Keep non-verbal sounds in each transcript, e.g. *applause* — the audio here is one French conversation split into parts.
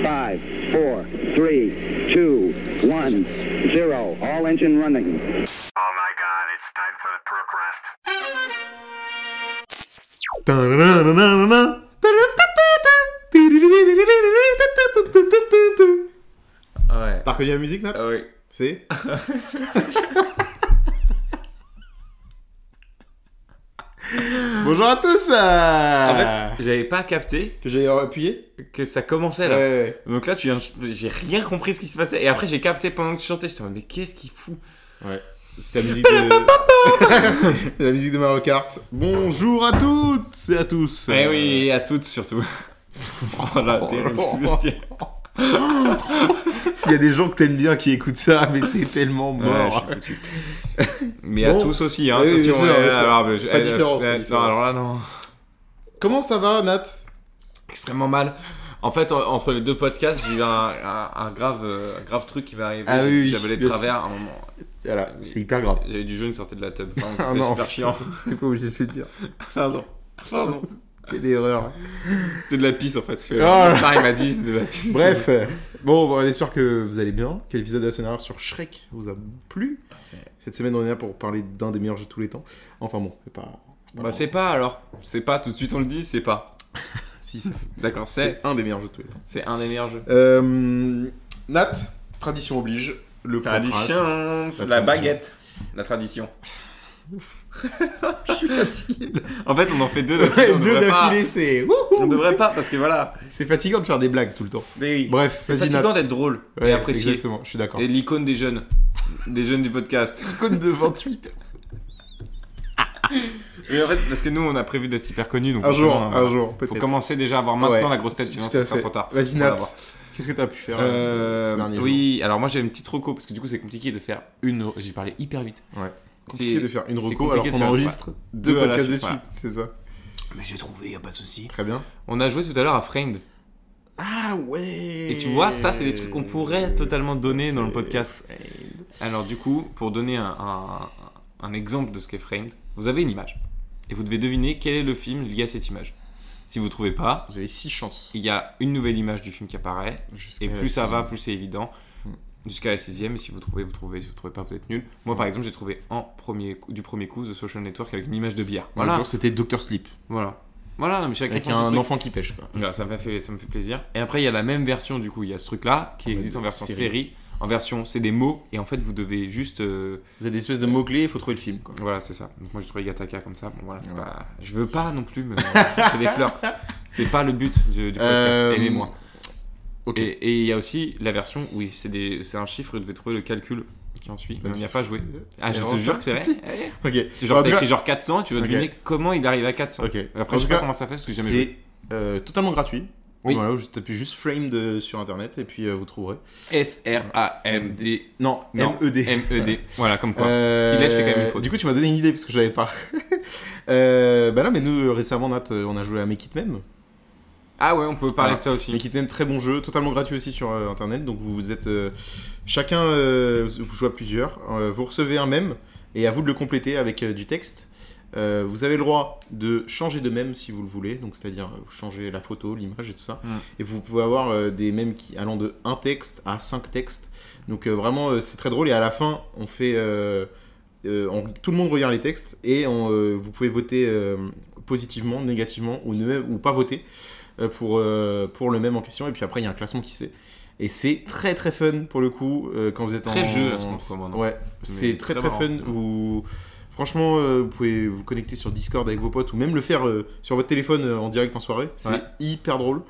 Five, four, three, two, one, zero. All engine running. Oh my god, it's time for the perk rest. Ah T'as Ouais. reconnu la musique, Nat Ah oui. *laughs* C'est Bonjour à tous En euh, fait, j'avais pas capté Que j'ai appuyé que ça commençait Ouais, là. ouais, Donc là, tu viens, de- j'ai rien compris ce qui se passait. Et après, j'ai capté pendant que tu chantais. J'étais en mode, mais qu'est-ce qu'il fout ouais. C'est la musique *laughs* de... la musique de Mario Kart. Bonjour à toutes et à tous Eh oui, et à toutes surtout. *laughs* oh là, terrible. je veux dire. Il y a des gens que t'aimes bien qui écoutent ça, mais t'es tellement Ouais, je suis foutu. Mais à Bon. tous aussi, hein. Oui, oui, attention, bien sûr, eh, bien sûr. alors, mais je- Pas de eh, différence, eh, pas de non, différence. alors là, non. Comment ça va, Nat Extrêmement mal. En fait, en- entre les deux podcasts, j'ai eu un, un- un grave, euh, un grave truc qui m'est arrivé. Ah J'ai- oui, oui, J'avais les bien travers à un moment. Voilà, c'est hyper grave. J'avais du jeu qui sortait de la tub. Enfin, Ah C'était non. super *laughs* chiant. T'es pas obligé de le dire. Pardon. Pardon. Quelle erreur. C'était de la pisse en fait. parce que Oh là mon père, il m'a dit c'était de la pisse. Bref, euh, bon, bon, on espère que vous allez bien, que l'épisode de la semaine dernière sur Shrek vous a plu. Cette semaine, on est là pour parler d'un des meilleurs jeux de tous les temps. Enfin bon, c'est pas... Bah c'est pas alors. C'est pas, tout de suite on le dit, c'est pas. si, ça- D'accord, c'est c'est un des meilleurs jeux de tous les temps. c'est un des meilleurs jeux. Euh, Nat, tradition oblige, le contraste. c'est La de la tradition. baguette. La tradition. Je suis fatigué. En fait, on en fait deux Ouais, *laughs* d'affilée. on Deux devrait pas- d'affilée, c'est... Wouhou On devrait pas parce que voilà. C'est fatigant de faire des blagues tout le temps. Mais oui. Bref, C'est vas-y, fatigant Nat. d'être drôle Ouais, et apprécié. Exactement, je suis d'accord. Et l'icône des jeunes. Des jeunes du *laughs* podcast. Côte de 28 personnes. Mais en fait, c'est parce que nous on a prévu d'être hyper connus donc Un jour, forcément, un voilà. jour, Faut peut-être. commencer déjà à avoir maintenant Ouais, la grosse tête, tout sinon à ce sera fait. trop tard. Vas-y, On va Nat, voir. qu'est-ce que t'as pu faire euh, ces Euh, derniers jours oui, alors moi j'ai une petite reco parce que du coup c'est compliqué de faire une. J'ai parlé hyper vite. Ouais. C'est- Compliqué de faire une c'est reco compliqué alors de qu'on faire- enregistre deux, Deux à la podcasts de suite, suite, c'est ça. Mais j'ai trouvé, y a pas de souci. Très bien. On a joué tout à l'heure à Framed. Ah ouais Et tu vois, ça c'est des trucs qu'on pourrait totalement donner dans le podcast. Alors du coup, pour donner un, un- un exemple de ce qu'est Framed, vous avez une image. Et vous devez deviner quel est le film lié à cette image. Si vous trouvez pas, Vous avez 6 chances. il y a une nouvelle image du film qui apparaît. Jusqu'à Et la plus ça va, sixième. plus c'est évident. Mm. Jusqu'à la sixième, et si vous trouvez, vous trouvez, si vous trouvez pas, vous êtes nul. Moi, Hmm. par exemple, j'ai trouvé en premier coup- du premier coup The Social Network avec une image de bière. Voilà. Voilà, jour, c'était Dr. Sleep. voilà, voilà. Non, mais chacun Avec son un truc. enfant qui pêche, quoi. Voilà, ça me fait, ça me fait plaisir. Et après, il y a la même version du coup. Il y a ce truc-là qui Mais existe en de version série. série. En version, c'est des mots, et en fait, vous devez juste. euh, Vous avez des espèces de mots-clés, il faut trouver le film, quoi. Voilà, c'est ça. Donc, moi, j'ai trouvé Gataka comme ça. Bon, voilà, c'est Ouais. pas. Je veux pas non plus me. *laughs* c'est des fleurs. C'est pas le but du, du podcast. Euh, Aimez-moi. Ok. Et et il y a aussi la version où c'est des- c'est un chiffre, vous devez trouver le calcul qui en suit. Bah, mais On n'y a putain. pas joué. Ah, je Et te enfin, jure que c'est vrai. si. Eh, Ok. Tu genre, En tout t'as cas- écrit genre 400, tu vas Ok. deviner comment il arrive à 400. Ok. Après, En je sais tout pas cas, comment ça fait parce que j'ai jamais joué. C'est euh, totalement gratuit. Oui. Voilà, vous tapez juste frame de- sur internet et puis euh, vous trouverez. F-R-A-M-D. Non, Non. MED. *laughs* M-E-D. E Voilà, comme quoi. Euh, Si là, je fais quand même une faute. Du coup, tu m'as donné une idée parce que je l'avais pas. *laughs* euh, bah là, mais nous, euh, récemment, Nat, euh, on a joué à Make It Même. Ah ouais, on peut parler Voilà. de ça aussi. Make It Même, très bon jeu, totalement gratuit aussi sur euh, internet. Donc, vous, vous êtes. euh, chacun, euh, vous jouez à plusieurs. euh, vous recevez un même et à vous de le compléter avec euh, du texte. Euh, vous avez le droit de changer de mème si vous le voulez, donc c'est-à-dire euh, changer la photo, l'image et tout ça. Mm. Et vous pouvez avoir euh, des mèmes qui allant de un texte à cinq textes. Donc euh, vraiment, euh, c'est très drôle. Et à la fin, on fait, euh, euh, on- tout le monde regarde les textes et on, euh, vous pouvez voter euh, positivement, négativement ou ne ou pas voter euh, pour euh, pour le mème en question. Et puis après, il y a un classement qui se fait. Et c'est très très fun pour le coup euh, quand vous êtes Très en jeu, à ce qu'on se commande. Ouais, c'est très très très fun. marrant. Vous... Franchement, euh, vous pouvez vous connecter sur Discord avec vos potes ou même le faire euh, sur votre téléphone euh, en direct en soirée. C'est Ouais. hyper drôle.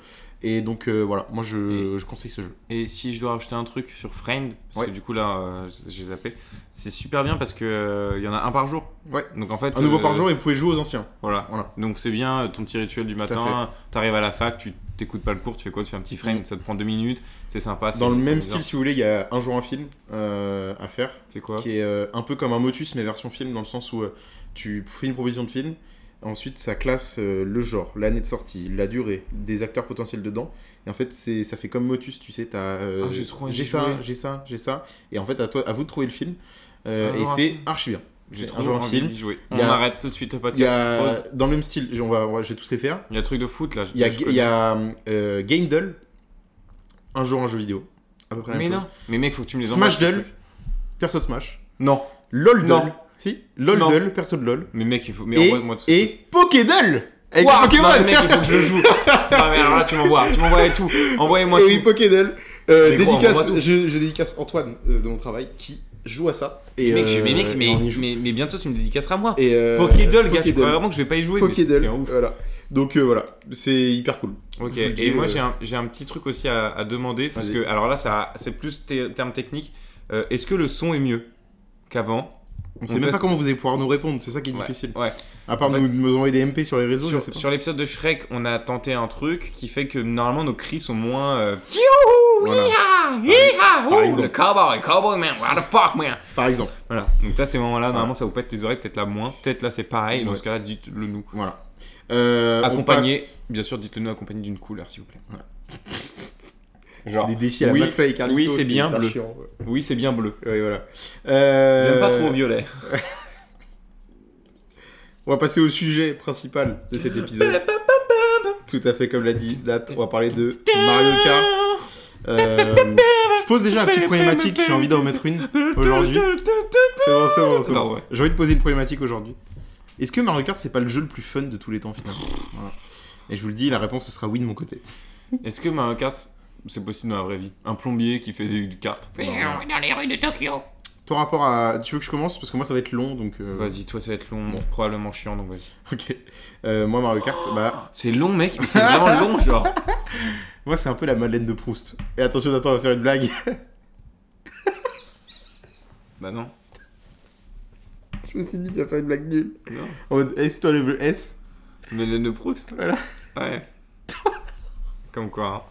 Et donc euh, voilà, moi je, Et- je conseille ce jeu. Et si je dois rajouter un truc sur Framed, parce Ouais. que du coup là, euh, j'ai zappé, c'est super bien parce que euh, il y en a un par jour. Ouais. Donc en fait. Un nouveau euh, par jour et vous pouvez jouer aux anciens. Voilà. Voilà. Donc c'est bien euh, ton petit rituel du matin, t'arrives à la fac, tu t'écoutes pas le cours, tu fais quoi Tu fais un petit frame, Mm. ça te prend deux minutes, c'est sympa. c'est- Dans le c'est même amusant. style, si vous voulez, il y a un jour un film euh, à faire C'est quoi qui est euh, un peu comme un motus mais version film dans le sens où euh, tu fais une proposition de film. Ensuite, ça classe euh, le genre, l'année de sortie, la durée, des acteurs potentiels dedans. Et en fait, c'est ça fait comme Motus, tu sais, t'as euh, Ah, j'ai trop envie j'ai d'y ça, jouer. j'ai ça, j'ai ça. Et en fait, à toi, à vous de trouver le film. Euh, Un et jour, un c'est film. archi bien. J'ai c'est trop un jour, un envie film. d'y jouer. Il y a- On arrête tout de suite le Il y podcast. a Pause. dans le même style, on va, on va- je vais tous les faire. Il y a truc de foot là. je- Il y a, je il y a euh, Game Doll. un jour un jeu vidéo. À peu près la Mais même non. chose. Mais mec, faut que tu me les envoies. Smash ces Duel, trucs. perso de Smash. Non. LOL Non. Duel. Si LOL Non. Duel, perso de LOL. Mais mec, il faut. Mais Et, envoie-moi tout ça. et Pokéduel Avec Ouah, Pokémon non, mais mec, il faut que je *laughs* joue. non, mais alors là, tu m'envoies. Tu m'envoies et tout. *laughs* Envoyez-moi Et oui, tout. Pokédel. Euh, Mais gros, dédicace, envoie-moi tout. je, je dédicace Antoine euh, de mon travail qui joue à ça. Et, Mec, je- euh, mais mec, et mais, on y joue. mais, mais bientôt tu me dédicaceras moi. Et, euh, Pokédol, gars, tu Pokédol. crois vraiment que je vais pas y jouer mais Pokédel, c'était un ouf. voilà. Donc euh, voilà, c'est hyper cool. Ok, Je vous le dis, et moi euh, j'ai un, j'ai un petit truc aussi à, à demander, parce Vas-y. que, alors là, ça- c'est plus té- terme technique. Euh, Est-ce que le son est mieux qu'avant On on sait même pas teste. comment vous allez pouvoir nous répondre, c'est ça qui est Ouais, difficile. Ouais. À part En fait- nous, nous envoyer des MP sur les réseaux, je Sur, sais pas. sur l'épisode de Shrek, on a tenté un truc qui fait que normalement nos cris sont moins. euh, Voilà, Par Ouh, exemple. le cowboy, cowboy man, what the fuck man Par exemple, Voilà, donc là, ces moments-là, normalement ça vous pète les oreilles, peut-être là moins, peut-être là c'est pareil, dans Ouais. ce cas-là, dites-le nous. voilà. Euh, on Accompagné, passe bien sûr, dites-le nous accompagné d'une couleur, s'il vous plaît. Voilà. Genre, des défis à la oui, McFly et Carlito, oui, c'est bien hyper bleu. chiant, ouais. oui, c'est bien bleu. Oui, voilà. Euh, J'aime pas trop violet. On va passer au sujet principal de cet épisode. *laughs* Tout à fait comme l'a dit Nat, on va parler de *laughs* Mario Kart. Euh, je pose déjà un petit problématique, j'ai envie d'en mettre une aujourd'hui. C'est bon, c'est bon, c'est bon. Non, ouais. J'ai envie de poser une problématique aujourd'hui. Est-ce que Mario Kart c'est pas le jeu le plus fun de tous les temps finalement Voilà. Et je vous le dis, la réponse ce sera oui de mon côté. Est-ce que Mario Kart, c'est possible dans la vraie vie Un plombier qui fait des- du kart Dans les rues de Tokyo. Ton rapport à. Tu veux que je commence Parce que moi ça va être long donc. euh, Vas-y, toi ça va être long, Bon. probablement chiant donc vas-y. *laughs* Ok. Euh, moi Mario Kart, bah. C'est long mec, mais c'est vraiment *laughs* long genre. Moi c'est un peu la Madeleine de Proust. Et attention, attends, on va faire une blague. Bah non. je me suis dit, tu vas faire une blague nulle. Non. En mode S, toi le S. Mais le, le prout Voilà. Ouais. Comme quoi.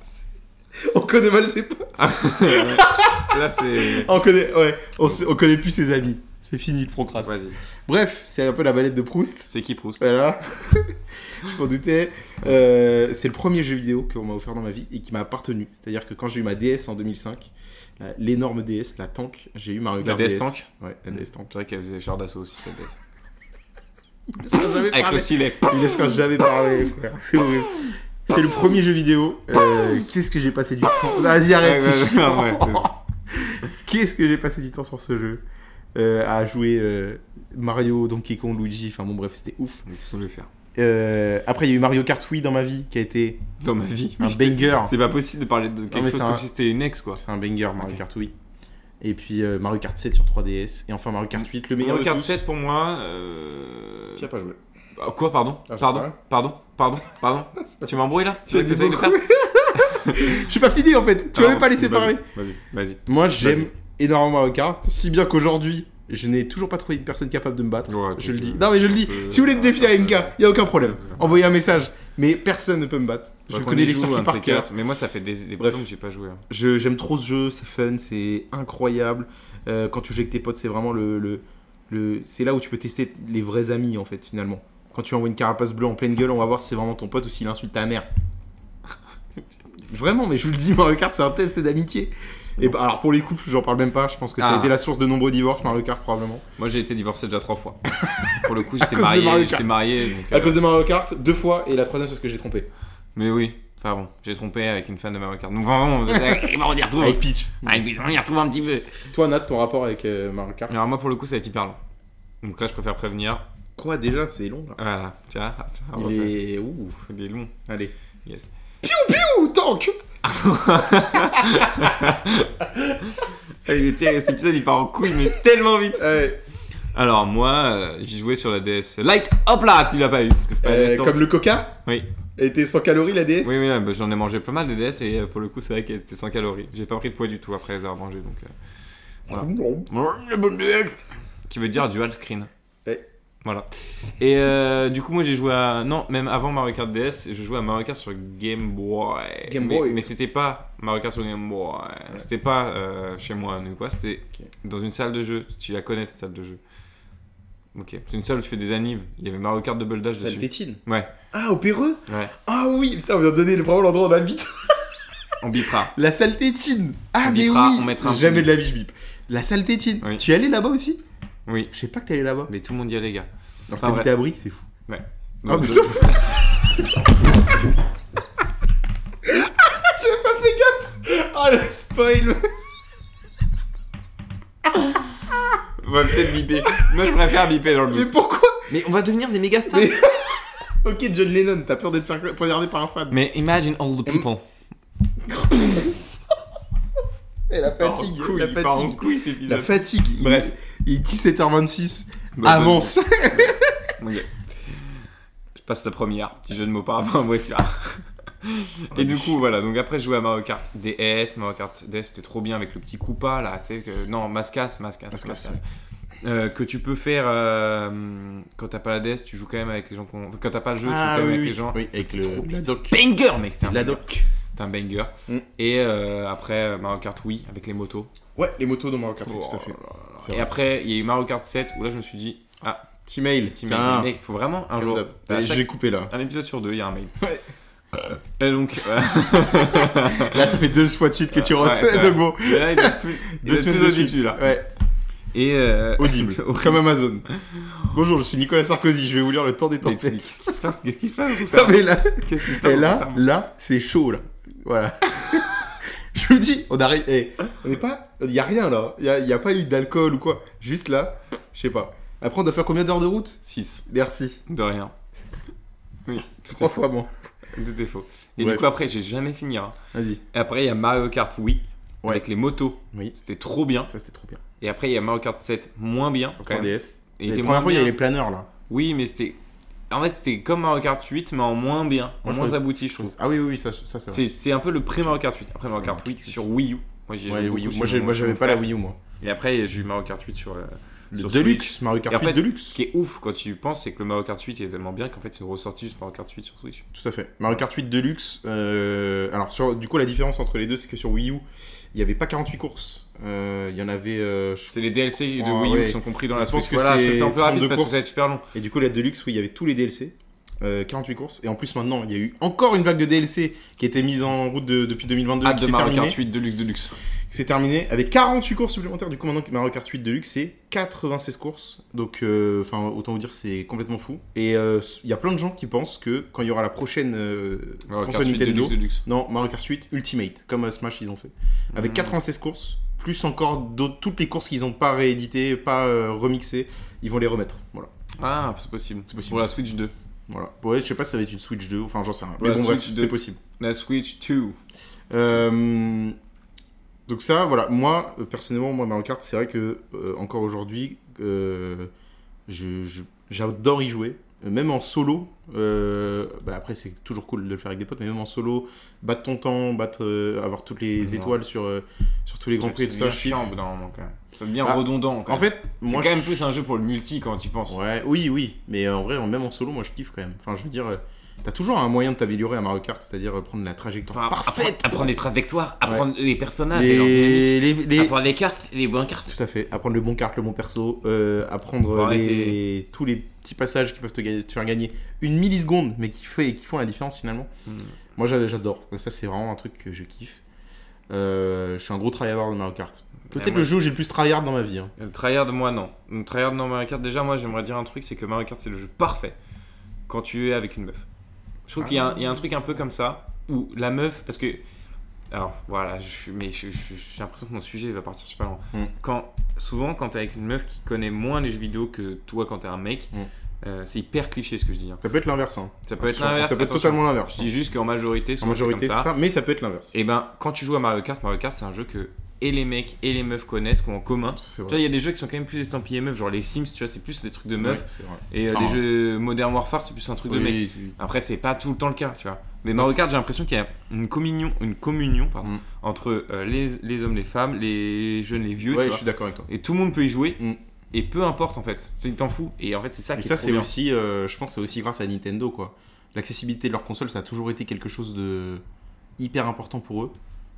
*laughs* On connaît mal ses potes. hein. Là c'est. On connaît, ouais, on, sait- on connaît plus ses amis. C'est fini le procrast. Vas-y. Bref, c'est un peu la balette de Proust. C'est qui Proust Voilà. *laughs* je m'en doutais. Euh, c'est le premier jeu vidéo qu'on m'a offert dans ma vie et qui m'a appartenu. C'est-à-dire que quand j'ai eu ma DS en 2005, la- l'énorme DS, la Tank, j'ai eu Mario La Kart DS Tank Ouais, la DS Tank. C'est vrai qu'elle faisait char d'assaut aussi cette bête. Il laissera jamais Avec parler. *laughs* le stylet. Il laissera jamais parler. frère. C'est horrible. C'est le premier jeu vidéo. Euh, Qu'est-ce que j'ai passé du temps Vas-y, arrête. Ouais, ouais, c'est ouais, chiant. ouais, ouais. *laughs* Qu'est-ce que j'ai passé du temps sur ce jeu Euh, à jouer euh, Mario, Donkey Kong, Luigi, enfin bon bref c'était ouf. Mais tu sais le faire. Euh, après il y a eu Mario Kart Wii dans ma vie qui a été Dans ma vie. un banger. C'est pas possible de parler de quelque Ah. mais c'est chose comme un- si c'était une ex quoi. C'est un banger Mario Ok. Kart Wii. Et puis euh, Mario Kart 7 sur 3DS. Et enfin Mario Kart 8, le meilleur Mario Kart de tous. 7 pour moi. euh, Qui a pas joué Ah, Quoi, pardon Ah, j'en sais Pardon rien. Pardon Pardon Pardon Tu m'embrouilles là *laughs* Tu Ça veux que dit j'essaye de Ah, beaucoup. faire *laughs* J'ai pas fini en fait. Tu Alors, m'avais pas laissé vas-y, parler. Vas-y, vas-y. Moi j'aime énormément Mario Kart. Si bien qu'aujourd'hui, je n'ai toujours pas trouvé une personne capable de me battre. Ouais, je tu- le dis. tu- Non mais je le dis. tu- Si vous voulez me défier à MK, il y a aucun problème. Ouais. Bah, Envoyez un message. Mais personne ne peut me battre. Je Faudrait qu'on connais y les joue, circuits un de ces par cœur. quatre, Mais moi, ça fait des, des Bref. Bref. que j'ai pas joué. hein. Je- J'aime trop ce jeu, c'est fun, c'est incroyable. Euh, quand tu joues avec tes potes, c'est vraiment le, le, le- C'est là où tu peux tester les vrais amis, en fait, finalement. Quand tu envoies une carapace bleue en pleine gueule, on va voir si c'est vraiment ton pote ou s'il insulte ta mère. *laughs* vraiment, mais je vous le dis, Mario Kart, c'est un test d'amitié. Et bah, alors pour les couples, j'en parle même pas, je pense que ça a Ah. été la source de nombreux divorces, Mario Kart, probablement. Moi, j'ai été divorcé déjà trois *laughs* fois. Pour le coup, j'étais cause de Mario marié. Kart. J'étais marié. donc, À euh, cause de Mario Kart, deux fois, et la troisième, c'est parce que j'ai trompé. Mais oui. Enfin bon, j'ai trompé avec une fan de Mario Kart. Donc vraiment, *laughs* Il va revenir retrouver. Avec Peach. Avec Bison, il retrouve un petit peu. Toi, Nat, ton rapport avec euh, Mario Kart alors moi, pour le coup, ça va être hyper long. Donc là, je préfère prévenir. Quoi, déjà, c'est long, là Ah, Voilà. Tu vois, hop, on Il refait. est... Ouh, Il est long. allez. Yes. Ouh, tank Ah, il était, cet épisode, il part en couille, mais tellement vite. Ah Ouais. Alors moi, euh, j'y jouais sur la DS Light. Hop là, tu l'as pas eu parce que c'est pas la Euh, DS. comme le coca Oui. Elle était sans calories la DS Oui, oui, bah, j'en ai mangé pas mal des DS et euh, pour le coup, c'est vrai qu'elle était sans calories. J'ai pas pris de poids du tout après les avoir mangé donc. euh. voilà. Non. euh. Qui veut dire dual screen. Ouais. Voilà. Et euh, du coup, moi j'ai joué à. Non, même avant Mario Kart DS, je jouais à Mario Kart sur Game Boy. Game mais, Boy. Mais c'était pas Mario Kart sur Game Boy. C'était pas euh, chez moi ni quoi. C'était Ok. dans une salle de jeu. Tu la connais cette salle de jeu. Ok. C'est une salle où tu fais des anives. Il y avait Mario Kart Double Dash Ça le dessus. tétine. Ouais. Ah, au Péreux Ouais. Ah oui, putain, on vient de donner le- vraiment l'endroit où on habite. *laughs* On bipera. La salle tétine. Ah, On mais bipera, oui. on mettra un Jamais petit de la vie, je bip. La salle tétine. Oui. Tu es allé là-bas aussi Oui. Je sais pas que t'es allé là-bas. Mais tout le monde y a les gars. Alors Pas t'habitais à Brick, c'est fou. Ah, Donc, mais je- tout *laughs* J'avais pas fait gaffe. Ah, le spoil On va peut-être biper. Moi, je préfère biper dans le Mais doute. pourquoi Mais on va devenir des méga stars. Mais- Ok, John Lennon, t'as peur d'être faire- poignardé par un fan. Mais imagine all the people. *laughs* Et la Part en fatigue, couille, la part en fatigue. couille, cet La épisode. fatigue. Il- Bref. Bah, Il est 17h26. Bonne- Avance. bonne- ok. Je passe la première. Petit jeu de mots par rapport à *laughs* voiture. Et du coup, voilà. Donc après, je jouais à Mario Kart DS. Mario Kart DS, c'était trop bien avec le petit Koopa là. Tu sais que non, Mascas, Mascas, Mascas, Mascas. Euh, que tu peux faire euh, quand t'as pas la DS, tu joues quand même avec les gens. qu'on- Quand t'as pas le jeu, Ah, tu joues quand même oui, avec oui. les gens. Oui, Ça, avec c'était le- trop bien. la C'était doc. un Banger, mec, c'était un La banger. doc. C'était un banger. Mm. Et euh, après euh, Mario Kart Wii avec les motos. Ouais, les motos dans Mario Kart, Oh tout à fait. là là. C'est Et vrai. après, il y a eu Mario Kart 7 où là, je me suis dit, ah, Petit mail. petit Tiens, mail. Mec, faut vraiment un comme jour. Bah, d'hab. à Mais chaque- J'ai coupé *laughs* là. Un épisode sur deux, il y a un mail. Ouais. *laughs* Et donc, euh, *laughs* Là, ça fait deux fois de suite que tu Ouais, rentres. *laughs* c'est vrai. Donc bon, mais là, il y a plus, il y deux a semaines plus de d'habitude, suite. là. Ouais, Et euh, *laughs* audible. horrible. Comme Amazon. Bonjour, je suis Nicolas Sarkozy. Je vais vous lire le temps des Mais Qu'est-ce qui tempêtes. se passe Qu'est-ce qui se *laughs* passe dans tout ça Non, mais là, Qu'est-ce qui se passe et dans là, tout ça là, c'est chaud là. *laughs* Voilà. je vous le dis, on arrive. eh, on n'est pas. Il y a rien là. Il y a, y a pas eu d'alcool ou quoi. Juste là, je sais pas. Après, on doit faire combien d'heures de route 6. Merci. De rien. Oui, tout Trois est faux. fois moins. Tout est faux. Et Bref. du coup, après, j'ai jamais fini. hein. Vas-y. Et après, il y a Mario Kart Wii Ouais. avec les motos. Oui. C'était trop bien. Ça, c'était trop bien. Et après, il y a Mario Kart 7 moins bien. Encore Quand même. DS. Et La première était moins fois, il y bien. avait les planeurs là. Oui, mais c'était. En fait, c'était comme Mario Kart 8, mais en moins bien, en Moi, je moins trouvais- abouti, je trouve. Ah oui, oui, oui, ça, ça c'est vrai. C'est c'est un peu le pré-Mario Kart 8. Après Mario Kart 8 sur Wii U. Moi, j'y ai Ouais, joué Wii U. beaucoup Moi, chez j'ai- mon- moi, chez j'avais mon pas la frère. Wii U, moi. Et après, j'ai eu Mario Kart 8 sur. euh, Le sur Switch. Deluxe, Mario Kart Et en fait, 8 Ce Deluxe. qui est ouf quand tu y penses, c'est que le Mario Kart 8 est tellement bien qu'en fait, c'est ressorti juste Mario Kart 8 sur Switch. Tout à fait. Mario Kart 8 Deluxe. euh, Alors, sur... du coup, la différence entre les deux, c'est que sur Wii U, il n'y avait pas 48 courses. Euh, Il y en avait. euh, je- C'est les DLC de Ah, Wii U ouais. qui sont compris dans Je la pense Switch. que voilà, c'est je fais un peu rapide 32 parce que courses. ça va être super long. Et du coup, la Deluxe, oui, il y avait tous les DLC. euh, 48 courses. Et en plus, maintenant, il y a eu encore une vague de DLC qui était mise en route de- depuis 2022. Hâte qui Ah, de s'est Mario terminée. Kart 8 Deluxe Deluxe. C'est terminé avec 48 courses supplémentaires. Du coup, maintenant, Mario Kart 8 Deluxe, c'est 96 courses. Donc, euh, enfin, autant vous dire, c'est complètement fou. Et euh, il y a plein de gens qui pensent que quand il y aura la prochaine euh, Mario Kart console 8 Nintendo, Deluxe Deluxe. non, Mario Kart 8 Ultimate, comme euh, Smash, ils ont fait. Avec Mm. 96 courses, plus encore d'autres- toutes les courses qu'ils n'ont pas rééditées, pas euh, remixées, ils vont les remettre. Voilà. Ah, c'est possible. C'est possible. Pour la Switch 2. voilà. Ouais, je sais pas si ça va être une Switch 2, enfin, j'en sais rien. Mais Ouais, bon, bref, Switch 2. c'est possible. La Switch 2. Euh, donc ça, voilà. Moi, euh, personnellement, moi, Mario Kart, c'est vrai que euh, encore aujourd'hui, euh, je- je- j'adore y jouer. Euh, Même en solo, euh, bah après c'est toujours cool de le faire avec des potes, mais même en solo, battre ton temps, battre, euh, avoir toutes les Non. étoiles sur, euh, sur tous les grands prix et tout C'est ça. bien je kiffe. chiant au bout d'un moment quand même. C'est bien Bah, redondant quand En même. fait, C'est moi, quand même je- plus un jeu pour le multi quand tu y penses. Ouais, oui, oui. Mais euh, en vrai, même en solo, moi, je kiffe quand même. Enfin, je veux dire, euh, t'as toujours un moyen de t'améliorer à Mario Kart, c'est-à-dire euh, prendre la trajectoire Enfin, appre- parfaite. Apprendre les trajectoires, apprendre les personnages, et leur dynamique, Les- les- les- apprendre les cartes, les bonnes cartes. Tout à fait. Apprendre le bon carte, le bon perso, euh, Faut apprendre les... tous les petits passages qui peuvent te, ga- te faire gagner une milliseconde, mais qui, fait, qui font la différence finalement. Mm. Moi j'a- j'adore. Ça, c'est vraiment un truc que je kiffe. Euh, je suis un gros tryhard de Mario Kart. Peut-être moi- le jeu où j'ai le plus tryhard dans ma vie. hein. Le tryhard, moi non. Le tryhard dans Mario Kart, déjà, moi j'aimerais dire un truc c'est que Mario Kart c'est le jeu parfait quand tu es avec une meuf. Je trouve qu'il y, a un- il y a un truc un peu comme ça où la meuf, parce que. Alors voilà, je suis- mais je- je- j'ai l'impression que mon sujet va partir super loin. Mm. Quand, souvent, quand t'es avec une meuf qui connaît moins les jeux vidéo que toi quand t'es un mec, Mm. euh, c'est hyper cliché ce que je dis. hein. Ça peut être l'inverse. hein. Ah, Ça peut être Attention, l'inverse. Ça peut être attention. totalement l'inverse. hein. Je dis juste qu'en majorité, En souvent c'est majorité, comme c'est ça. ça, mais ça peut être l'inverse. Et ben, quand tu joues à Mario Kart, Mario Kart c'est un jeu que et les mecs et les meufs connaissent, qu'ont en commun. Ça, C'est Tu vois, il y a des jeux qui sont quand même plus estampillés meufs, genre les Sims, tu vois, c'est plus des trucs de meufs. Ouais, c'est vrai. Et euh, Ah. les jeux Modern Warfare, c'est plus un truc de mecs. Oui, oui. Après, c'est pas tout le temps le cas, tu vois. Mais Mario Kart, j'ai l'impression qu'il y a une communion, une communion pardon, Mm. entre euh, les, les hommes, les femmes, les jeunes, les vieux, Ouais, tu je vois. suis d'accord avec toi. Et tout le monde peut y jouer. Mm. Et peu importe en fait, C'est- il t'en fout. Et en fait, c'est ça Et qui ça, est Ah, trop c'est bien. aussi, euh, je pense, c'est aussi grâce à Nintendo, quoi. L'accessibilité de leur console, ça a toujours été quelque chose de hyper important pour eux.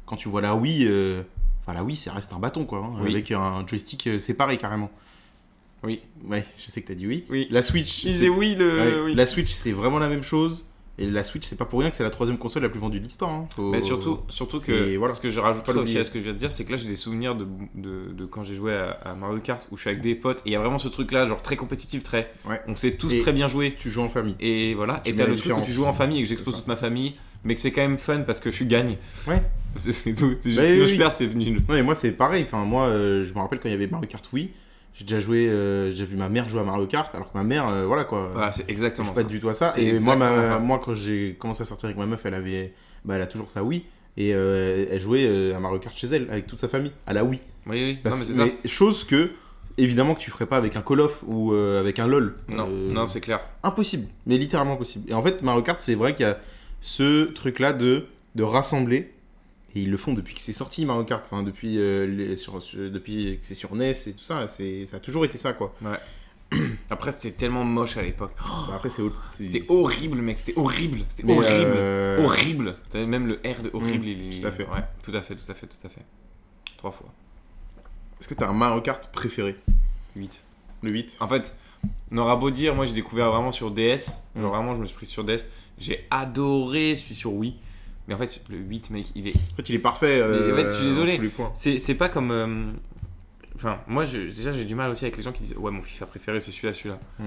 Quand tu vois la Wii, euh, enfin, la Wii, ça reste un bâton, quoi, hein, Oui. avec un joystick euh, séparé carrément. Oui. Ouais, je sais que t'as dit oui. Oui. La Switch. Ils c'est- disaient oui, le. ouais, oui. La Switch, c'est vraiment la même chose. Et la Switch, c'est pas pour rien que c'est la troisième console la plus vendue de l'histoire. hein. Faut- Mais surtout, surtout que c'est- voilà. ce que je rajoute Faut l'oublier. aussi à ce que je viens de dire, c'est que là j'ai des souvenirs de, de, de quand j'ai joué à, à Mario Kart où je suis avec des potes et il y a vraiment ce truc là, genre très compétitif, très. Ouais. On sait tous Et- très bien jouer. tu joues en famille. Et voilà, Tu et mets t'as la le truc où différence. tu joues en famille et que C'est j'expose ça. toute ma famille, mais que c'est quand même fun parce que je gagne. Ouais. *laughs* C'est tout. C'est juste Bah oui, oui. j'espère c'est nul. Non, mais moi, c'est pareil. Enfin, moi, euh, je me rappelle quand il y avait Mario Kart Wii, j'ai déjà joué, euh, j'ai vu ma mère jouer à Mario Kart, alors que ma mère, euh, voilà quoi. Voilà, c'est je exactement suis pas ça. du tout à ça. C'est Et moi, ma- exactement ça. moi, quand j'ai commencé à sortir avec ma meuf, elle avait, bah, elle a toujours sa Wii. Et euh, elle jouait euh, à Mario Kart chez elle, avec toute sa famille, à la Wii. Oui, oui. Parce- non, mais c'est ça. mais chose que, évidemment, que tu ferais pas avec un Call of ou euh, avec un LOL. Non, Euh, non, c'est clair. impossible, mais littéralement impossible. Et en fait, Mario Kart, c'est vrai qu'il y a ce truc-là de, de rassembler. Et ils le font depuis que c'est sorti Mario Kart, enfin, depuis, euh, les- sur- sur- depuis que c'est sur NES et tout ça, c'est, ça a toujours été ça quoi. Après, c'était tellement moche à l'époque. Oh, Bah, après c'est, au- c'est- c'était horrible, mec. C'était horrible. C'était mais, horrible. euh, Horrible. T'avais même le R de horrible. Mm, il est- tout à fait. Ouais, tout à fait, tout à fait, tout à fait. Trois fois. Est-ce que t'as un Mario Kart préféré 8. Le 8 En fait, on aura beau dire, moi j'ai découvert vraiment sur DS. Genre Mm. vraiment, je me suis pris sur DS. J'ai adoré celui sur Wii. Mais en fait, le 8, mec, il est En fait, il est parfait. Mais, en fait, je suis désolé. en tous les points. C'est, c'est pas comme. euh, Enfin, moi, je- déjà, j'ai du mal aussi avec les gens qui disent Ouais, mon FIFA préféré, c'est celui-là, celui-là. Mm.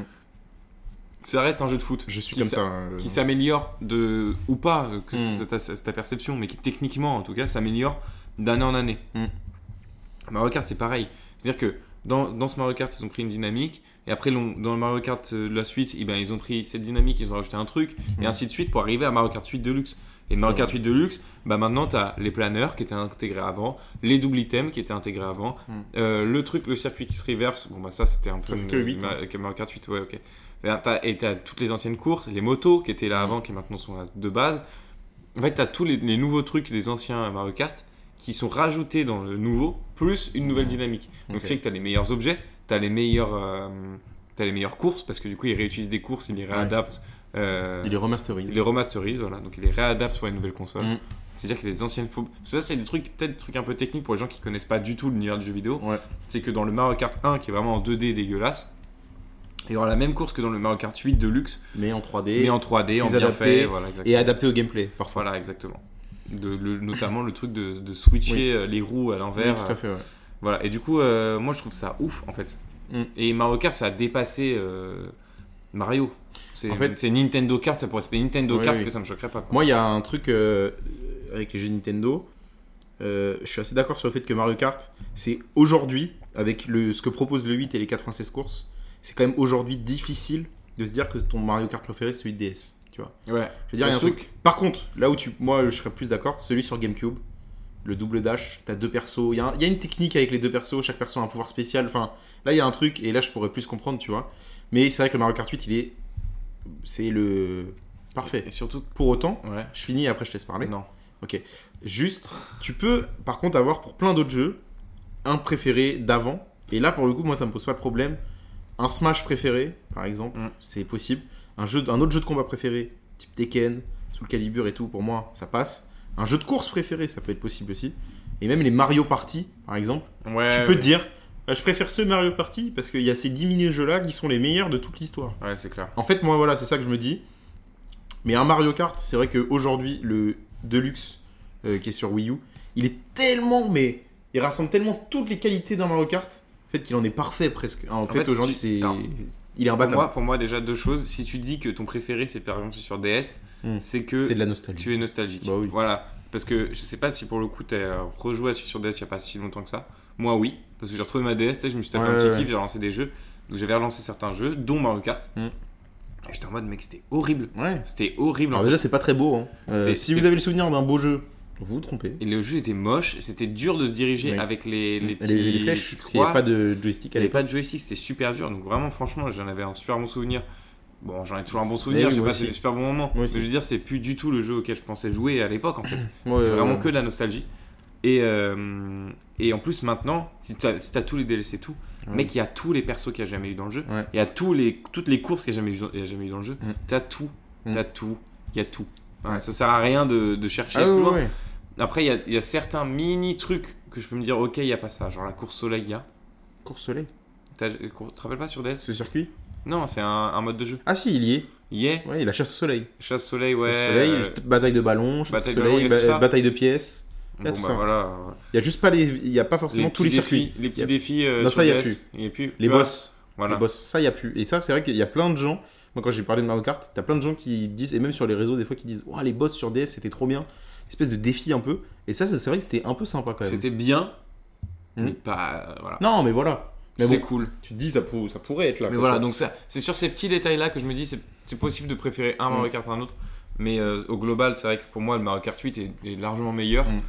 Ça reste un jeu de foot. Je suis qui comme s'a- ça. euh, Qui s'améliore de. ou pas, euh, que Mm. c'est, ta, c'est ta perception, mais qui techniquement, en tout cas, s'améliore d'année en année. Mm. Mario Kart, c'est pareil. C'est-à-dire que dans, dans ce Mario Kart, ils ont pris une dynamique, et après, l'on- dans le Mario Kart euh, de la suite, eh ben, ils ont pris cette dynamique, ils ont rajouté un truc, et Mm. ainsi de suite pour arriver à Mario Kart 8 Deluxe. Et Mario vrai. Kart 8 Deluxe, bah maintenant, t'as les planeurs qui étaient intégrés avant, les double items qui étaient intégrés avant, Mm. Euh, le truc, le circuit qui se reverse, bon bah ça c'était un peu. Ça, c'est une- que huit, hein. ma- que Mario Kart 8, ouais, ok. Et t'as- Et t'as toutes les anciennes courses, les motos qui étaient là Mm. avant, qui maintenant sont là de base. En fait, t'as tous les, les nouveaux trucs des anciens Mario Kart qui sont rajoutés dans le nouveau, plus une nouvelle Mm. dynamique. Donc Ok. c'est vrai que t'as les meilleurs objets, t'as les meilleurs. euh, T'as les meilleures courses parce que du coup ils réutilisent des courses, ils les réadaptent, euh, Il est remasterisé. ils les remasterisent, voilà, donc ils les réadaptent pour une nouvelle console. Mm. C'est-à-dire que les anciennes faux. parce que Ça, c'est des trucs, peut-être des trucs un peu techniques pour les gens qui connaissent pas du tout l'univers du jeu vidéo. Ouais. C'est que dans le Mario Kart 1, qui est vraiment en 2D dégueulasse, il y aura la même course que dans le Mario Kart 8 de luxe, Mais en 3D. mais en 3D, en plus bien adapté fait, voilà, exactement. Et adapté au gameplay parfois. Voilà, exactement. De, le- notamment le truc de, de switcher euh, les roues à Oui, l'envers. tout à fait, ouais. Voilà, et du coup, euh, moi je trouve ça ouf en fait. Mm. Et Mario Kart, ça a dépassé euh, Mario. C'est, En en fait- fait, c'est Nintendo Kart, ça pourrait s'appeler Nintendo Oui, Kart, oui. parce que ça me choquerait pas. quoi. Moi, il y a un truc euh, avec les jeux Nintendo. euh, je suis assez d'accord sur le fait que Mario Kart, c'est aujourd'hui, avec le, ce que propose le 8 et les 96 courses, c'est quand même aujourd'hui difficile de se dire que ton Mario Kart préféré, c'est celui de DS. Tu vois. ouais. Je veux dire, il y a un Surtout truc. Par contre, là où tu, moi, je serais plus d'accord, celui sur GameCube, le double dash, t'as deux persos. Il y, a un- il y a une technique avec les deux persos, chaque perso a un pouvoir spécial. Enfin, là, il y a un truc, et là, je pourrais plus comprendre, tu vois. Mais c'est vrai que le Mario Kart 8, il est. C'est le. Parfait. Et surtout. Pour autant, Ouais. je finis et après je te laisse parler. Non. Juste, tu peux par contre avoir pour plein d'autres jeux un préféré d'avant. Et là, pour le coup, moi, ça me pose pas de problème. Un Smash préféré, par exemple, Mm. c'est possible. Un, jeu, un autre jeu de combat préféré, type Tekken, Soul Calibur et tout, pour moi, ça passe. Un jeu de course préféré, ça peut être possible aussi. Et même les Mario Party, par exemple, Ouais, tu peux ouais. te dire Ah, je préfère ce Mario Party parce qu'il y a ces 10 mini-jeux-là qui sont les meilleurs de toute l'histoire. Ouais, c'est clair. En fait, moi, voilà, c'est ça que je me dis. Mais un Mario Kart, c'est vrai qu'aujourd'hui, le Deluxe euh, qui est sur Wii U, il est tellement, mais il rassemble tellement toutes les qualités d'un Mario Kart, en fait, qu'il en est parfait presque. En, fait, fait, aujourd'hui, si tu- c'est. alors, Il est Pour imbattable. moi, pour moi, déjà, deux choses. Si tu dis que ton préféré, c'est par exemple celui sur DS, Hmm. c'est C'est de que la nostalgie. tu es nostalgique. Bah oui. Voilà. Parce que je sais pas si pour le coup, t'as rejoué à celui sur DS il y a pas si longtemps que ça. Moi, oui. Parce que j'ai retrouvé ma DS, tu sais, je me suis tapé Ouais, un petit ouais, ouais. kiff, j'ai relancé des jeux. Donc j'avais relancé certains jeux, dont Mario Kart. Hmm. Et J'étais en mode, mec, c'était horrible. Ouais. C'était horrible. en Alors, fait. déjà, c'est pas très beau. hein. Euh, C'était- si c'était- vous avez le souvenir d'un beau jeu, vous vous trompez. Et le jeu était moche, c'était dur de se diriger Oui. avec les, les, petits, les, les flèches, petits parce qu'il n'y avait croix. pas de joystick Il à n'y avait l'époque. pas de joystick, c'était super dur. Donc vraiment, franchement, j'en avais un super bon souvenir. Bon, j'en ai toujours un bon Mais souvenir, oui, j'ai moi passé aussi. des super bons moments. Moi Mais aussi. je veux dire, c'est plus du tout le jeu auquel je pensais jouer à l'époque, en fait. Ouais, C'était ouais, vraiment ouais. que de la nostalgie. Et, euh, et en plus, maintenant, si tu as, tous les DLC, tout, Ouais. mec, il y a tous les persos qu'il n'y a jamais eu dans le jeu. Ouais. Il y a tous les, toutes les courses qu'il n'y a, jamais eu- il y a jamais eu dans le jeu. Mm. Tu as tout, Mm. tu as tout, il y a tout. Enfin, Ouais. Ça sert à rien de, de chercher Ah, plus ouais, loin. ouais. Après, il y a, il y a certains mini trucs que je peux me dire, ok, il n'y a pas ça. Genre la course soleil, il y a. Course soleil. T'as- Tu te rappelles pas sur DS Ce circuit Non, c'est un, un mode de jeu. Ah, si, il y est. Yeah, Ouais, il a chasse au soleil. chasse soleil, ouais. Chasse au soleil, euh, bataille de ballons, chasse bataille au de ballons, il y soleil, a tout ba- ça. bataille de pièces. y a bon, tout bah ça. voilà. Il y a juste pas les, il y a pas forcément tous les petits circuits. défis- Les petits Y a- défis. euh, Non, sur ça, y a DS, il y a plus. Les Tu vois, boss, Voilà. les boss, ça y a plus. Et ça, c'est vrai qu'il y a plein de gens. Moi, quand j'ai parlé de Mario Kart, t'as plein de gens qui disent, et même sur les réseaux des fois, qui disent, Ouah, les boss sur DS, c'était trop bien. espèce de défi un peu. Et ça, c'est vrai que c'était un peu sympa quand même. C'était bien, Hmm. mais pas. euh, voilà. Non, mais voilà. Mais C'était bon. cool. Tu te dis, ça, pour- ça pourrait être là. Mais quoi, voilà, tu vois. donc ça, c'est sur ces petits détails-là que je me dis, c'est c'est possible de préférer un Mm. Mario Kart à un autre. Mais euh, au global, c'est vrai que pour moi, le Mario Kart 8 est, est largement meilleur Mm.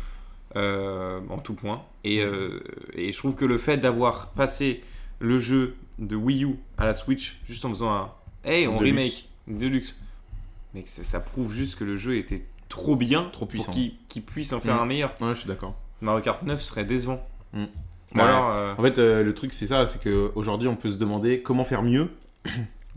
euh, en tout point. Et, euh, et je trouve que le fait d'avoir passé le jeu de Wii U à la Switch, juste en faisant un Hey, on Deluxe. remake, Deluxe, mais que ça, ça prouve juste que le jeu était trop bien Trop puissant. pour qu'il qu'il puisse en faire Mm. un meilleur. Ouais, je suis d'accord. Mario Kart 9 serait décevant. Mm. Ou Ouais. alors, euh, En fait, euh, le truc, c'est ça, c'est qu'aujourd'hui, on peut se demander comment faire mieux.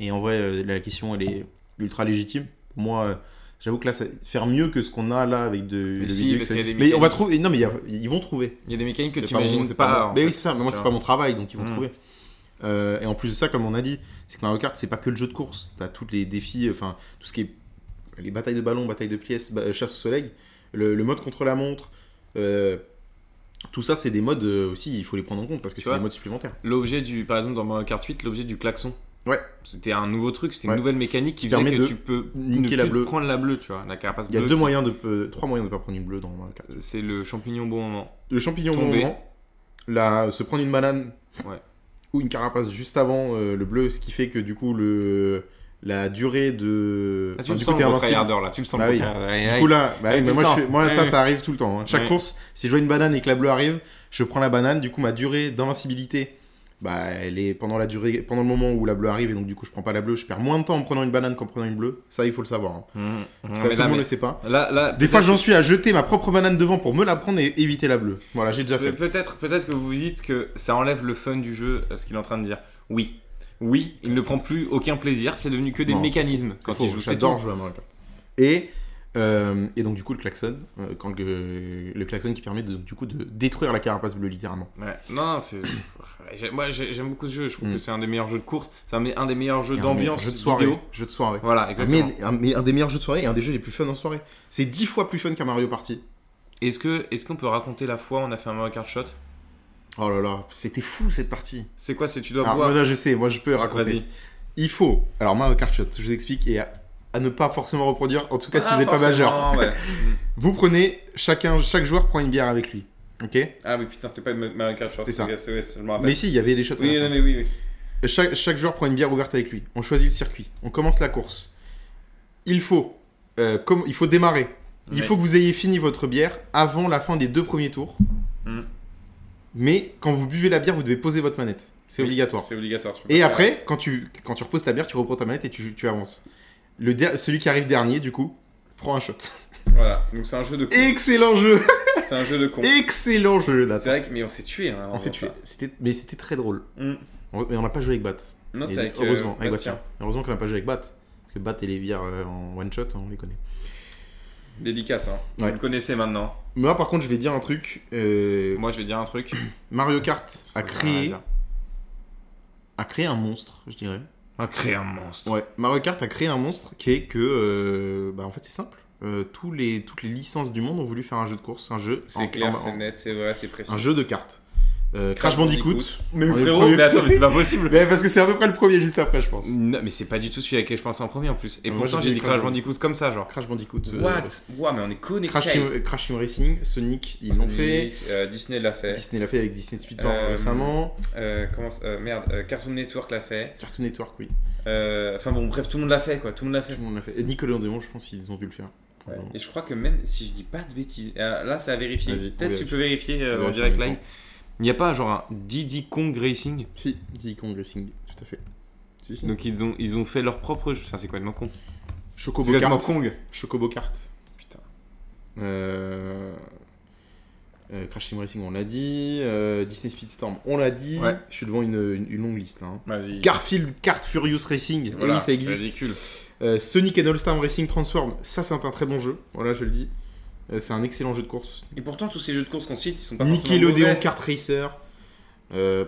Et en vrai, euh, la question, elle est ultra légitime. Pour moi, euh, j'avoue que là, ça- faire mieux que ce qu'on a là avec de. Mais de si, vidéos, parce ça- qu'il y a des mais on va mécaniques. trouver. Non, mais il y a- ils vont trouver. il y a des mécaniques que C'est tu pas mon- n'imagines c'est pas. mon- en Mais fait. oui, c'est ça, mais moi, tu c'est vois. pas mon travail, donc ils vont Mm. trouver. Euh, et en plus de ça, comme on a dit, c'est que Mario Kart, c'est pas que le jeu de course. T'as tous les défis, euh, enfin, tout ce qui est. Les batailles de ballons, batailles de pièces, ba- chasse au soleil, le, le mode contre la montre. euh, tout ça, c'est des modes euh, aussi, il faut les prendre en compte parce que Tu c'est vois. des modes supplémentaires. L'objet du, par exemple dans Mario Kart 8, l'objet du klaxon. Ouais. C'était un nouveau truc, c'était Ouais. une nouvelle mécanique qui Qui faisait permet que de tu peux niquer ne la plus bleue. prendre la bleue, tu vois, la carapace Il y a bleue deux qui- moyens de, euh, trois moyens de ne pas prendre une bleue dans Mario Kart. C'est le champignon au bon moment. Le champignon au Tomber. moment, la, se prendre une banane Ouais. ou une carapace juste avant euh, le bleu, ce qui fait que du coup le la durée de. Ah, tu enfin, le du sens t'es le invincible. tryharder là, tu le sens Bah le oui. tryharder. Aïe, Du aïe. coup là, bah Ouais, oui, tu mais le moi, je sens. fais- moi, Ouais, ça ouais. ça arrive tout le temps. hein. Chaque Ouais. course, si je vois une banane et que la bleue arrive, je prends la banane. Du coup ma durée d'invincibilité, bah elle est pendant la durée, pendant le moment où la bleue arrive et donc du coup je prends pas la bleue, je perds moins de temps en prenant une banane qu'en prenant une bleue. Ça il faut le savoir. hein. Mmh, mmh, Ça, tout mais là, le monde mais- le sait pas. là- là, Des fois, peut-être- j'en suis à jeter ma propre banane devant pour me la prendre et éviter la bleue. Voilà, j'ai déjà Mais fait. Peut-être peut-être que vous vous dites que ça enlève le fun du jeu, euh, ce qu'il est en train de dire. Oui. Oui, il ne prend plus aucun plaisir, c'est devenu que des Non, c'est mécanismes quand Faut- il joue. c'est j'adore tout. jouer à Mario Kart. Et, euh, et donc, du coup, le klaxon, euh, quand le, le klaxon qui permet de, du coup de détruire la carapace bleue, littéralement. Ouais. Non, non, c'est. j'ai- Moi, j'ai- j'aime beaucoup ce jeu. Je trouve Mm. que c'est un des meilleurs jeux de course. C'est un, un des meilleurs jeux Et un d'ambiance, meilleur jeu de soirée. vidéo. Jeu de soirée. Voilà, Un, exactement. mais- un- mais un des meilleurs jeux de soirée et un des jeux les plus fun en soirée. C'est dix fois plus fun qu'un Mario Party. Est-ce que est-ce qu'on peut raconter la fois où on a fait un Mario Kart Shot Oh là là, c'était fou cette partie. C'est quoi C'est tu dois Alors, boire. là, je sais, moi je peux raconter. Bah, Vas-y. Il faut. Alors, Mario Kart Shot, je vous explique et à, à ne pas forcément reproduire, en tout cas si Ah, vous n'êtes pas forcément, majeur. *laughs* ouais. Vous prenez, chacun, chaque joueur prend une bière avec lui. Ok Ah oui putain, c'était pas le Mario Kart Shot. C'était ça. les gars, c'est- ouais, je me rappelle. Mais si, il y avait des shots. à la oui, fin. non, mais oui, oui. Chaque, chaque joueur prend une bière ouverte avec lui. On choisit le circuit. On commence la course. Il faut, euh, comme, il faut démarrer. Il Ouais. faut que vous ayez fini votre bière avant la fin des deux premiers tours. Mm. Mhm. Mais quand vous buvez la bière, vous devez poser votre manette. C'est Oui, obligatoire. C'est obligatoire. tu peux Et pas faire- après, quand tu, quand tu reposes ta bière, tu reprends ta manette et tu, tu avances. Le der- celui qui arrive dernier, du coup, prend un shot. Voilà. Donc c'est un jeu de. con. *laughs* Excellent jeu C'est un jeu de con. Excellent jeu, C'est Nathan. vrai que mais on s'est tué. Hein, On s'est tué. C'était- Mais c'était très drôle. Mm. On- Mais on n'a pas joué avec Bat. Non, Et c'est avec. euh, heureusement, avec Bastien. Bastien. Heureusement qu'on n'a pas joué avec Bat. Parce que Bat et les bières euh, en one shot, on les connaît. Dédicace. Hein. Ouais. Vous le connaissez maintenant. Moi, par contre, je vais dire un truc. euh, Moi, je vais dire un truc. Mario Kart a Rien créé, dire. a créé un monstre, je dirais. Ah, créer un monstre. Ouais. Mario Kart a créé un monstre qui est que. euh, Bah, en fait, c'est simple. Euh, tous les, toutes les licences du monde ont voulu faire un jeu de course, un jeu. en- C'est clair, en- c'est en- net, c'est vrai, c'est précis. Un jeu de cartes. Euh, Crash Bandicoot. Mais On est frérot, premier. mais attends, mais c'est pas possible. *laughs* Mais parce que c'est à peu près le premier juste après, je pense. Non, mais c'est pas du tout celui à laquelle je pensais en premier en plus. Et Moi, pourtant, j'ai j'ai dit dit Crash Crash Bandicoot comme ça, genre. Crash Bandicoot. euh, What Ouah, mais on est connecté. Crash Team, Crash Team Racing, Sonic, ils l'ont fait. Euh, Disney l'a fait. Disney l'a fait avec Disney Speedball Euh, récemment. Euh, comment ça- euh, merde, euh, Cartoon Network l'a fait. Cartoon Network, oui. Euh, Enfin bon, bref, tout le monde l'a fait, quoi. Tout le monde l'a fait. Tout le monde l'a fait. Et Nicolas Démon, je pense qu'ils ont dû le faire. Ouais. Probablement. Et je crois que même si je dis pas de bêtises, euh, là, c'est à vérifier. Vas-y, on Peut-être vérifie. tu peux vérifier On euh, en vérifie en direct même live. temps. Il n'y a pas genre un Diddy Kong Racing Si, Diddy Kong Racing, tout à fait. Si, si. Donc ils ont, ils ont fait leur propre jeu. Enfin, c'est complètement con. C'est Chocobo complètement Kart. Kong. Chocobo Kart. Putain. Euh... euh, Crash Team Racing, on l'a dit. Euh, Disney Speedstorm, on l'a dit. Ouais. Je suis devant une, une- une longue liste là. hein. Vas-y. Garfield Kart Furious Racing, Voilà, oui ça c'est existe. ridicule. Euh, Sonic and All-Star Racing Transform, ça c'est un très bon jeu, voilà je le dis. Euh, c'est un excellent jeu de course. Et pourtant, tous ces jeux de course qu'on cite, ils sont pas forcément Nickelodeon mauvais. Kart Racer. Euh,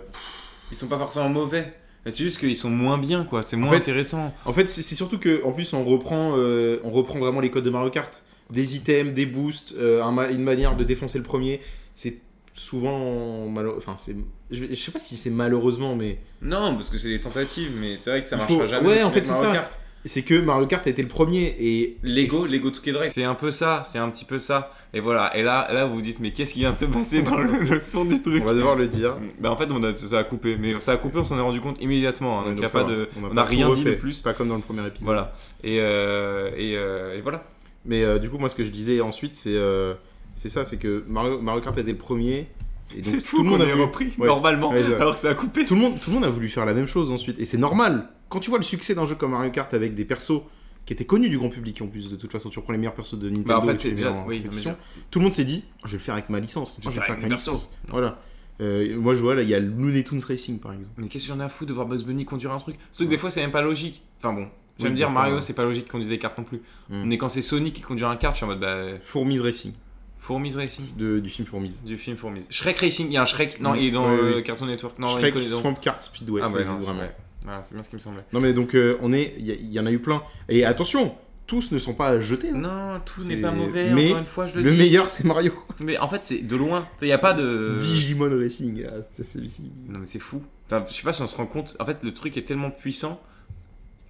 Ils sont pas forcément mauvais. Mais C'est juste qu'ils sont moins bien, quoi. C'est moins fait- intéressant. En fait, c'est c'est surtout que, en plus, on reprend, euh, on reprend vraiment les codes de Mario Kart. Des items, des boosts, euh, un ma- une manière de défoncer le premier. C'est souvent malheureux. Enfin, c'est. Je, je sais pas si c'est malheureusement, mais Non, parce que c'est des tentatives, mais c'est vrai que ça Il marchera faut- jamais. ouais, aussi en fait, bien que c'est Mario ça. Kart. c'est que Mario Kart a été le premier et Lego, Lego Together. C'est un peu ça, c'est un petit peu ça. Et voilà, et là, là vous vous dites, mais qu'est-ce qui vient de se passer dans le, le son du truc on va devoir le dire. Bah en fait, on a, ça a coupé, mais ça a coupé, on s'en est rendu compte immédiatement. hein. Ouais, donc donc y a ça pas va. de, on a n'a pas rien tout dit de refait. plus. Pas comme dans le premier épisode. Voilà. Et, euh, et, euh, et voilà. Mais euh, du coup, moi, ce que je disais ensuite, c'est euh, c'est ça, c'est que Mario, Mario Kart a été le premier. Et donc, C'est fou tout le qu'on monde a ait voulu- repris Ouais. normalement, *laughs* Ouais, ça- alors que ça a coupé. Tout le monde, tout le monde a voulu faire la même chose ensuite, et c'est normal. Quand tu vois le succès d'un jeu comme Mario Kart avec des persos qui étaient connus du grand public, en plus de toute façon, tu reprends les meilleurs persos de Nintendo. Bah, en fait, et tu c'est les mets déjà- en oui, non, mais compétition. Tout le monde s'est dit, je vais le faire avec ma licence. Je vais le faire avec ma mes licence. Voilà. Euh, moi, je vois là, il y a Looney Tunes Racing par exemple. Mais qu'est-ce que j'en ai à foutre de voir Bugs Bunny conduire un truc Sauf que des fois c'est même pas logique. Enfin bon, Oui, j'aime me dire parfois, Mario, ouais. c'est pas logique qu'on dise des cartes non plus. Mm. Mais quand c'est Sonic qui conduit un kart, je suis en mode bah. Fourmis Racing, Fourmise Racing de, du film Fourmis. Du film Fourmise. Shrek Racing, il y a un Shrek. Non, Mm. il est dans Oui, euh, oui. Cartoon Network. Non, il Shrek est dans- Swamp Kart Speedway, Ah ça ouais, existe non, vraiment. ouais. Voilà, c'est bien ce qui me semblait. Non mais donc euh, on est, il y, a- il y en a eu plein. Et attention, tous ne sont pas jetés. hein. Non, tout C'est- n'est pas mauvais, mais encore une fois, je le, Le dis. meilleur c'est Mario. Mais en fait, c'est de loin. Il n'y a pas de. Digimon Racing, ah, c'était celui-ci. Non, mais c'est fou. Enfin, je sais pas si on se rend compte. En fait, le truc est tellement puissant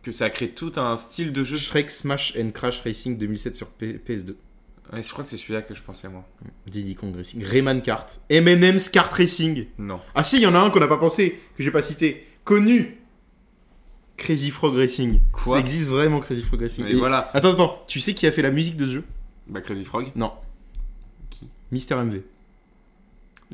que ça crée tout un style de jeu. Shrek Smash and Crash Racing 2007 sur P- PS2. Ouais, je crois que c'est celui-là que je pensais, moi. Diddy Kong Racing, Rayman Kart, M&M's Kart Racing. Non. Ah si, il y en a un qu'on n'a pas pensé, que j'ai pas cité, connu. Crazy Frog Racing. Quoi Ça existe vraiment Crazy Frog Racing. Mais Et- voilà. Attends, attends, tu sais qui a fait la musique de ce jeu Bah, Crazy Frog. Mister MV. Le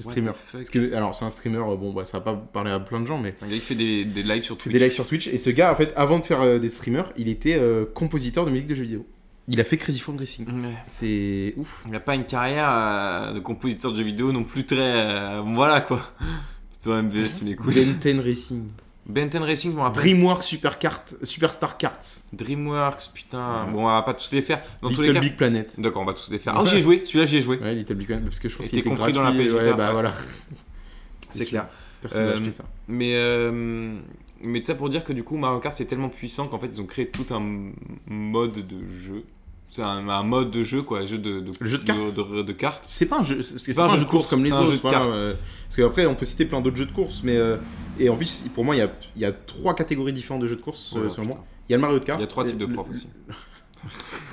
streamer. What the fuck Parce que, alors, c'est un streamer, euh, bon, bah, ça va pas parler à plein de gens, mais Un gars qui fait des, des lives sur fait Twitch. des lives sur Twitch. Et ce gars, en fait, avant de faire euh, des streamers, il était euh, compositeur de musique de jeux vidéo. Il a fait Crazy Frog Racing. Ouais. C'est ouf. Il n'a pas une carrière euh, de compositeur de jeux vidéo non plus très. euh, voilà quoi. Toi, MBS, tu m'écoutes. Ben 10 Racing. Ben 10 Racing, je me rappelle. DreamWorks Super Kart, Superstar Karts. Dreamworks, putain. Ouais. Bon, on va pas tous les faire. Dans tous les Little cas. Big Planet. D'accord, on va tous les faire. Ouais. Ah, j'ai joué, celui-là, j'ai joué. Ouais, Little Big Planet, parce que je pense Et qu'il t'es était compris gratuit. dans la PS Vita, ouais, bah ouais. voilà. *laughs* C'est sûr. clair. Personne n'a Euh, acheté ça. Mais, euh, mais ça pour dire que du coup, Mario Kart, c'est tellement puissant qu'en fait, ils ont créé tout un m- mode de jeu. C'est un, un mode de jeu, quoi. un Jeu de, de, Le jeu de cartes. De, de- de cartes. C'est pas un jeu, c'est- c'est pas un jeu de course comme les c'est un autres. jeu de voilà, cartes. euh, parce qu'après, on peut citer plein d'autres jeux de course, mais euh, et en plus, pour moi, il y a, il y a trois catégories différentes de jeux de course euh, selon Oh, putain. moi. Il y a le Mario Kart. Il y a trois euh, types de le- profs aussi.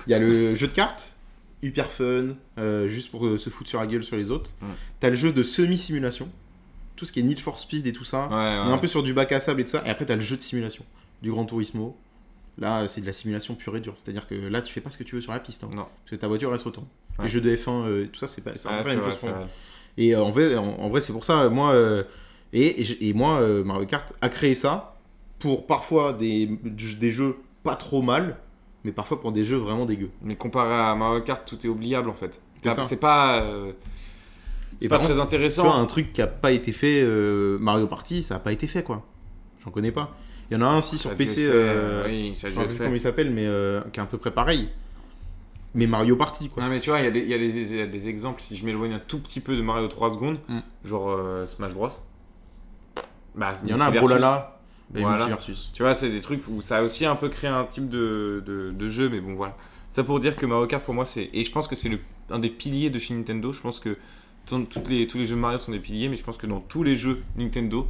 Il y a le jeu de cartes, hyper fun, euh, juste pour euh, se foutre sur la gueule sur les autres. Mm. T'as le jeu de semi-simulation, tout ce qui est Need for Speed et tout ça. Ouais, ouais. On est un peu sur du bac à sable et tout ça. Et après, t'as le jeu de simulation, du Gran Turismo. Là, euh, c'est de la simulation pure et dure. C'est-à-dire que là, tu fais pas ce que tu veux sur la piste. hein. Non. Parce que ta voiture, elle se retourne. Ouais. Les jeux de F1, euh, tout ça, c'est pas, c'est un Ah, peu la c'est même vrai, chose c'est pour moi. vrai. Et euh, en vrai, en, en vrai c'est pour ça, moi, euh, et, et j'- et moi euh, Mario Kart a créé ça pour parfois des, des jeux pas trop mal, mais parfois pour des jeux vraiment dégueux. Mais comparé à Mario Kart, tout est oubliable en fait. C'est T'as- ça. C'est pas, euh, c'est Et pas par très Tu vois, intéressant. un truc qui a pas été fait, euh, Mario Party, ça a pas été fait, quoi. J'en connais pas. Il y en a un, si, Ça sur a dû PC, être fait, euh, oui, ça a je dû me rappelle être plus fait. comment il s'appelle, mais euh, qui est à peu près pareil. Mais Mario Party, quoi. Non, mais tu vois, il y, a des- il y a des- il y a des exemples. Si je m'éloigne un tout petit peu de Mario 3 secondes, Mm. genre euh, Smash Bros. Bah, Il y en a un Multiversus. Brolala et Voilà. Multiversus. Tu vois, c'est des trucs où ça a aussi un peu créé un type de, de, de jeu, mais bon, voilà. Ça pour dire que Mario Kart, pour moi, c'est. Et je pense que c'est le- un des piliers de chez Nintendo. Je pense que tant- toutes les, tous les jeux Mario sont des piliers, mais je pense que dans tous les jeux Nintendo,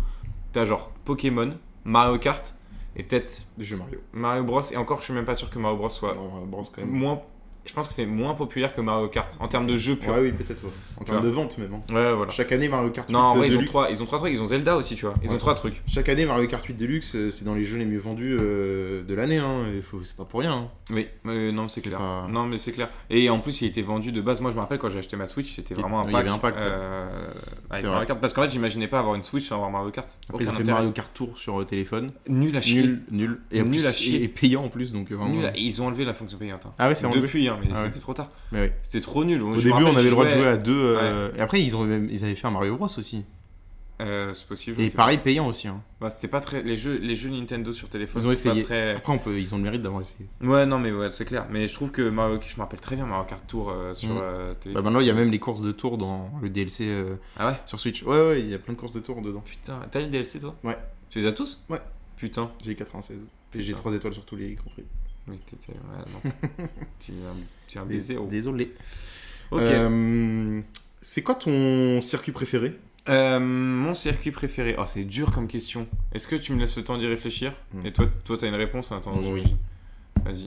t'as genre Pokémon, Mario Kart, et peut-être Des jeux Mario. Mario Bros. Et encore, je suis même pas sûr que Mario Bros soit Non, Mario Bros, quand même. moins. Je pense que c'est moins populaire que Mario Kart en termes de jeu pur. Ouais, oui, peut-être, ouais. En termes de vente, même. hein. Ouais, voilà. Chaque année, Mario Kart 8 Non, en vrai, de ils ont, luxe- trois, ils ont trois trucs. Ils ont Zelda aussi, tu vois. Ils Ouais. ont trois trucs. Chaque année, Mario Kart 8 Deluxe, euh, c'est dans les jeux les mieux vendus euh, de l'année. Hein. Et faut- C'est pas pour rien. hein. Oui, euh, non, c'est C'est clair. pas- Non, mais c'est clair. Et en plus, il était vendu de base. Moi, je me rappelle quand j'ai acheté ma Switch, c'était Il- vraiment un oui, pack. il y avait un pack, ouais. euh, avec C'est Mario vrai. Kart. Parce qu'en fait, j'imaginais pas avoir une Switch sans avoir Mario Kart. Après, ils Aucun ont fait intérêt. Mario Kart Tour sur euh, téléphone. Nul à chier. Nul, nul. Et, en Nul plus, à chier. et- et payant en plus, donc euh, vraiment. Nul à- Et ils ont enlevé la fonction payante. hein. Ah ouais, c'est enlevé. Depuis, hein, mais Ah ouais. c'était trop tard. Mais ouais. C'était trop nul. Au Je me début, rappelle, on avait j'y le droit de jouais- jouer à deux. euh, Et après, ils, ont même- ils avaient fait un Mario Bros aussi. Euh, c'est possible. je Et sais pas. pareil, payant aussi. hein. Bah, c'était pas très. Les jeux, les jeux Nintendo sur téléphone, Ils ont c'est pas essayé. très. Après, on peut... ils ont le mérite d'avoir essayé. Ouais, non, mais ouais, c'est clair. Mais je trouve que Mario, je me rappelle très bien Mario Kart Tour euh, sur Mm. euh, Bah, téléphone. maintenant, il y a même les courses de tour dans le DLC euh, Ah ouais sur Switch. Ouais, ouais, il y a plein de courses de tour dedans. Putain, t'as les DLC toi Ouais. Tu les as tous Ouais. Putain. J'ai 96. Et j'ai Putain. 3 étoiles sur tous les grands prix. Mais t'étais. Ouais, non. *laughs* tu es un, tu es un baiser. oh. Désolé. Ok. Euh, c'est quoi ton circuit préféré Euh, mon circuit préféré. Oh, c'est dur comme question. Est-ce que tu me laisses le temps d'y réfléchir Mm. Et toi, toi, t'as une réponse à attendre Oui. j'imagine.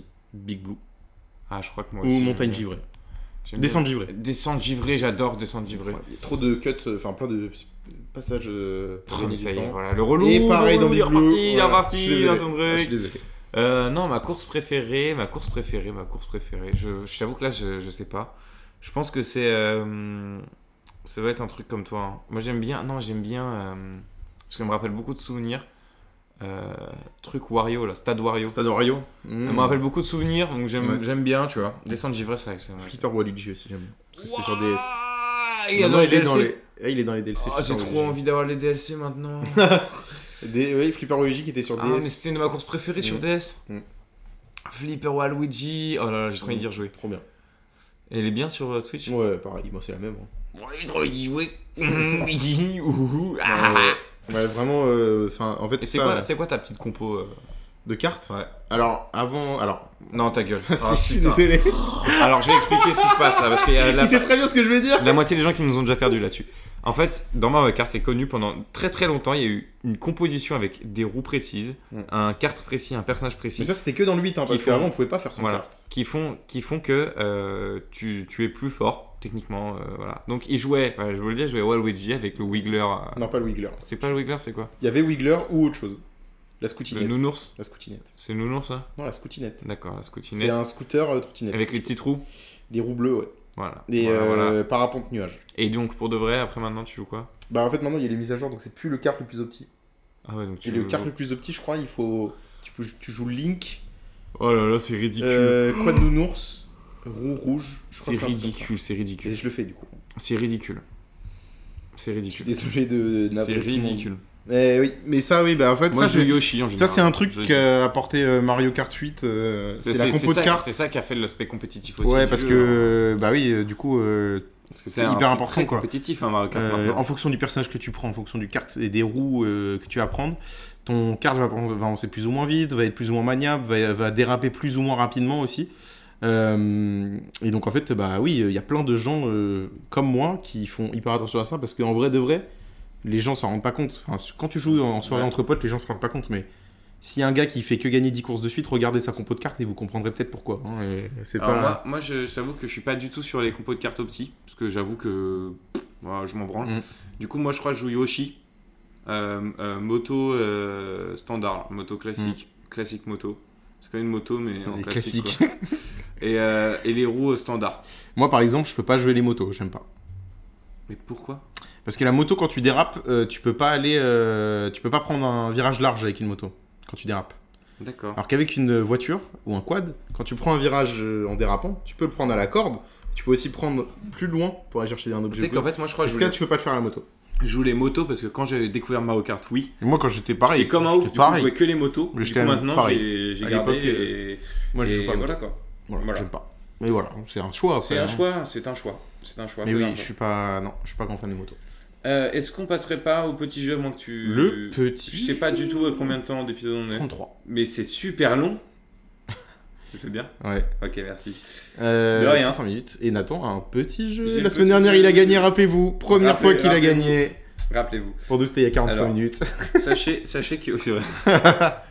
Vas-y. Big Blue. Ah, je crois que moi aussi. Ou j'aime Montagne bien. Givrée. J'aime bien. Euh, Descente Givrée. Descente givrée, j'adore descente givrée. Ouais, il y a Trop de cuts, euh, enfin plein de passages. euh, Oh, mais ça y est, hésitants. voilà. Le relou. Et pareil dans il Big est Blue. reparti, il est voilà. reparti, Je suis il a désolé. son Ah, Je suis truc. désolé. Euh, non, ma course préférée, ma course préférée, ma course préférée. Je, je t'avoue que là, je, je sais pas. Je pense que c'est. euh, ça va être un truc comme toi. hein. Moi, j'aime bien. Non, j'aime bien. euh, parce que ça me rappelle beaucoup de souvenirs. Euh, truc Wario, là, Stade Wario. Stade Wario. Ça Mmh. me rappelle beaucoup de souvenirs, donc j'aime Ouais. j'aime bien, tu vois. Descendre givrée, c'est vrai que c'est vrai. Flipper Waluigi aussi, j'aime bien. Parce que c'était sur DS. Ouah, Ah, il y a Maintenant, dans les il est dans DLC. les- Ah, il est dans les DLC. Ah, j'ai Flipper trop Waluigi. envie d'avoir les DLC *laughs* maintenant. Des- Oui, Flipper Waluigi qui était sur Ah, mais DS. c'était une de ma course préférée sur Mm. DS. Mm. Flipper Waluigi. Oh là là, j'ai trop envie d'y rejouer. Trop bien. Elle est bien sur euh, Switch Ouais, pareil, moi c'est la même. hein. Ouais, trop y jouer. Hihi, ouhou, ah. Ouais, ouais, vraiment, euh, 'fin, en fait, Et c'est ça, quoi, c'est quoi ta petite compo euh de cartes. Ouais. Alors, avant. Alors, Non, ta *laughs* gueule. si, Ah, je suis putain. désolé. Alors, je vais expliquer ce qui se passe là, parce qu'il y a *laughs* la, Il sait très bien ce que je veux dire. la moitié des gens qui nous ont déjà perdu là-dessus. En fait, dans Mario Kart, c'est connu pendant très très longtemps. Il y a eu une composition avec des roues précises, Mm. un carte précis, un personnage précis. Mais ça, c'était que dans le 8, hein, parce Qui font- qu'avant, on pouvait pas faire son Voilà. carte. qui font, qui font que euh, tu, tu es plus fort techniquement. euh, voilà. Donc il jouait, voilà, je vous le dis, il jouait Waluigi avec le Wiggler. euh, Non, pas le Wiggler. C'est pas le Wiggler, c'est quoi Il y avait Wiggler ou autre chose. La Le scoutinette. nounours La scoutinette. C'est le nounours, ça Non, la scoutinette. D'accord, la C'est scoutinette. un scooter euh, trottinette. Avec les petits trous Les roues bleues, ouais. Voilà. Et Voilà, euh, voilà. parapente nuage. Et donc pour de vrai, après maintenant, tu joues quoi Bah, en fait, maintenant, il y a les mises à jour, donc c'est plus le kart le plus opti. Ah ouais, donc tu Et le joues- kart le plus opti, je crois, il faut. Tu, peux- tu joues Link, Oh là là, c'est ridicule. euh, Quad Nounours, Roue Rouge. Je crois c'est que un truc comme ça. ridicule, c'est Et ridicule. je le fais du coup. C'est ridicule. C'est Je suis ridicule. désolé de C'est navré tout le monde. ridicule. Eh oui, mais ça, oui, bah en fait, ça, Moi, je joue c'est. Yoshi en Ça, général. c'est un truc Je- qu'a apporté euh, Mario Kart 8. euh, c'est la compo ça- de cartes. C'est ça qui a fait l'aspect compétitif aussi. Ouais, du parce jeu, hein. que, bah oui, euh, du coup, euh, Parce que C'est un hyper truc important, très quoi. compétitif, hein, Mario Kart. euh, maintenant. en fonction du personnage que tu prends, en fonction du kart et des roues euh, que tu vas prendre, ton kart va, va avancer plus ou moins vite, va être plus ou moins maniable, va, va déraper plus ou moins rapidement aussi. Euh, et donc, en fait, bah oui, il y a plein de gens euh, comme moi qui font hyper attention à ça parce qu'en vrai de vrai, les gens s'en rendent pas compte. Enfin, quand tu joues en soirée Ouais. entre potes, les gens s'en rendent pas compte, mais. S'il y a un gars qui fait que gagner 10 courses de suite, regardez sa compo de cartes et vous comprendrez peut-être pourquoi. hein, et c'est Alors pas- moi, moi, je, je t'avoue que je suis pas du tout sur les compos de cartes opti, parce que j'avoue que pff, moi, je m'en branle. Mm. Du coup, moi, je crois que je joue Yoshi, euh, euh, moto euh, standard, moto classique, Mm. classique moto. C'est quand même une moto, mais en Des classique. quoi. et, euh, et les roues euh, standard. Moi, par exemple, je peux pas jouer les motos, j'aime pas. Mais pourquoi Parce que la moto, quand tu dérapes, euh, tu peux pas aller, euh, tu peux pas prendre un virage large avec une moto quand tu dérapes. D'accord. Alors qu'avec une voiture ou un quad, quand tu prends un virage euh, en dérapant, tu peux le prendre à la corde. Tu peux aussi prendre plus loin pour aller chercher un Tu objet. sais qu'en fait, moi, je crois que Parce je joue, que là, tu peux pas le faire à la moto. les- je joue les motos, parce que quand j'ai découvert Mario Kart, oui, Et moi, quand j'étais j'étais comme un ouf, du j'étais coup, je jouais que les motos. Mais du j'étais coup, à- maintenant, pareil. j'ai j'ai À gardé l'époque, euh, et, Moi, je et joue pas. à la voilà moto. quoi. Voilà, voilà. j'aime pas. Mais voilà, c'est un choix. C'est après, un hein. choix, c'est un choix. C'est un choix. Mais c'est oui, un je choix. suis pas, non, je suis pas grand fan des motos. Euh, Est-ce qu'on passerait pas au petit jeu, moins que tu. Le petit. Euh, Je sais pas du tout euh, combien de temps d'épisode on est. 33. Mais c'est *laughs* super long. Je fais bien Ouais. Ok, merci. Euh, De rien. 33 minutes. Et Nathan a un petit jeu. J'ai La le semaine petit dernière, jeu. il a gagné, rappelez-vous. Première fois Rappelez- qu'il a rappelez-vous. gagné. Rappelez-vous. Pour nous, c'était il y a 45 Alors. minutes. *laughs* sachez, sachez que. c'est vrai.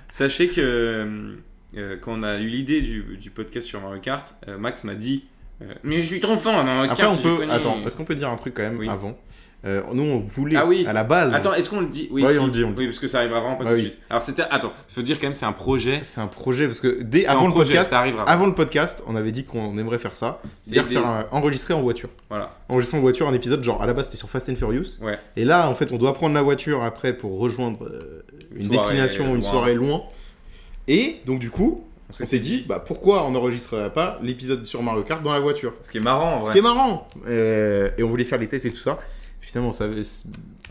sachez que. euh, euh, quand on a eu l'idée du, du podcast sur Mario Kart, euh, Max m'a dit. euh, mais je suis trop fort à Mario Après, Kart. on je peut. connais. Attends, est-ce qu'on peut dire un truc quand même Oui. avant Euh, Nous, on voulait Ah oui. à la base. Attends, est-ce qu'on le dit Oui, Ouais, si. on le dit, on le Oui, parce que ça arrivera vraiment pas Bah tout de oui. suite. Alors, c'était. Attends, faut dire quand même, c'est un projet. C'est un projet parce que dès C'est un avant le projet, podcast, ça arrivera. avant le podcast, on avait dit qu'on aimerait faire ça, c'est-à-dire l'idée. faire un- enregistrer en voiture. Voilà. Enregistrer en voiture un épisode genre à la base c'était sur Fast and Furious. Ouais. Et là, en fait, on doit prendre la voiture après pour rejoindre euh, une, soirée destination, une loin. soirée loin. Et donc du coup, on s'est dit bah pourquoi on n'enregistrerait pas l'épisode sur Mario Kart dans la voiture Ce qui est marrant, en Ce vrai. qui est marrant. Euh, et on voulait faire les tests et tout ça. Finalement, ça,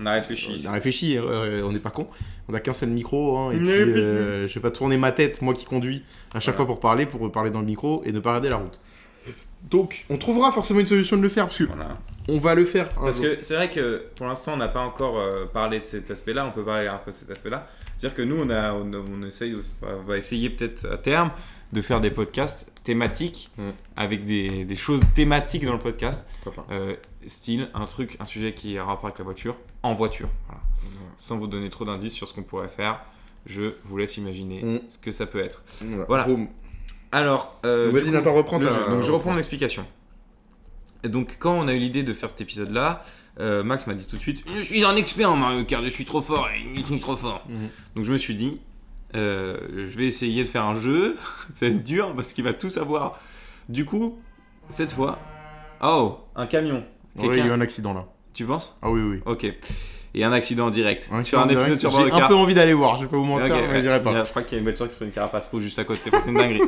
On a réfléchi. On a réfléchi, euh, on n'est pas con. On a qu'un seul micro, hein, et puis Mais oui. euh, je vais pas tourner ma tête, moi qui conduis, à chaque Voilà. fois pour parler, pour parler dans le micro et ne pas regarder la route. Donc, on trouvera forcément une solution de le faire, parce que Voilà. on va le faire. un Parce jour. que c'est vrai que pour l'instant, on n'a pas encore euh, parlé de cet aspect-là. On peut parler un peu de cet aspect-là. C'est-à-dire que nous, on, a, on, on essaye, aussi- on va essayer peut-être à terme de faire des podcasts thématiques Mm. avec des, des choses thématiques dans le podcast. Pourquoi pas. Euh, style, un truc, un sujet qui a rapport avec la voiture, en voiture. Voilà. Voilà. Sans vous donner trop d'indices sur ce qu'on pourrait faire, je vous laisse imaginer Mm. ce que ça peut être. Voilà. Voilà. Vroom. Alors, euh, Vas-y, du coup, Nathan, reprends le ta- jeu. Donc, je reprends mon explication. Et donc, quand on a eu l'idée de faire cet épisode-là, euh, Max m'a dit tout de suite Je suis un expert en Mario Kart, je suis trop fort, je suis trop fort. Mhm. Donc je me suis dit, euh, je vais essayer de faire un jeu. *laughs* Ça va être dur parce qu'il va tout savoir. Du coup, cette fois, oh, un camion. Ouais, il y a eu Quelqu'un, un accident là. tu penses Ah oui, oui. Ok. Et un accident en direct. sur accident un épisode direct, sur Mario J'ai un Kart. peu envie d'aller voir, je vais pas vous mentir, Ok, mais ouais. j'irai pas. Là, je crois qu'il y a une voiture qui se prend une carapace rouge juste à côté. Enfin, c'est *laughs* une dinguerie.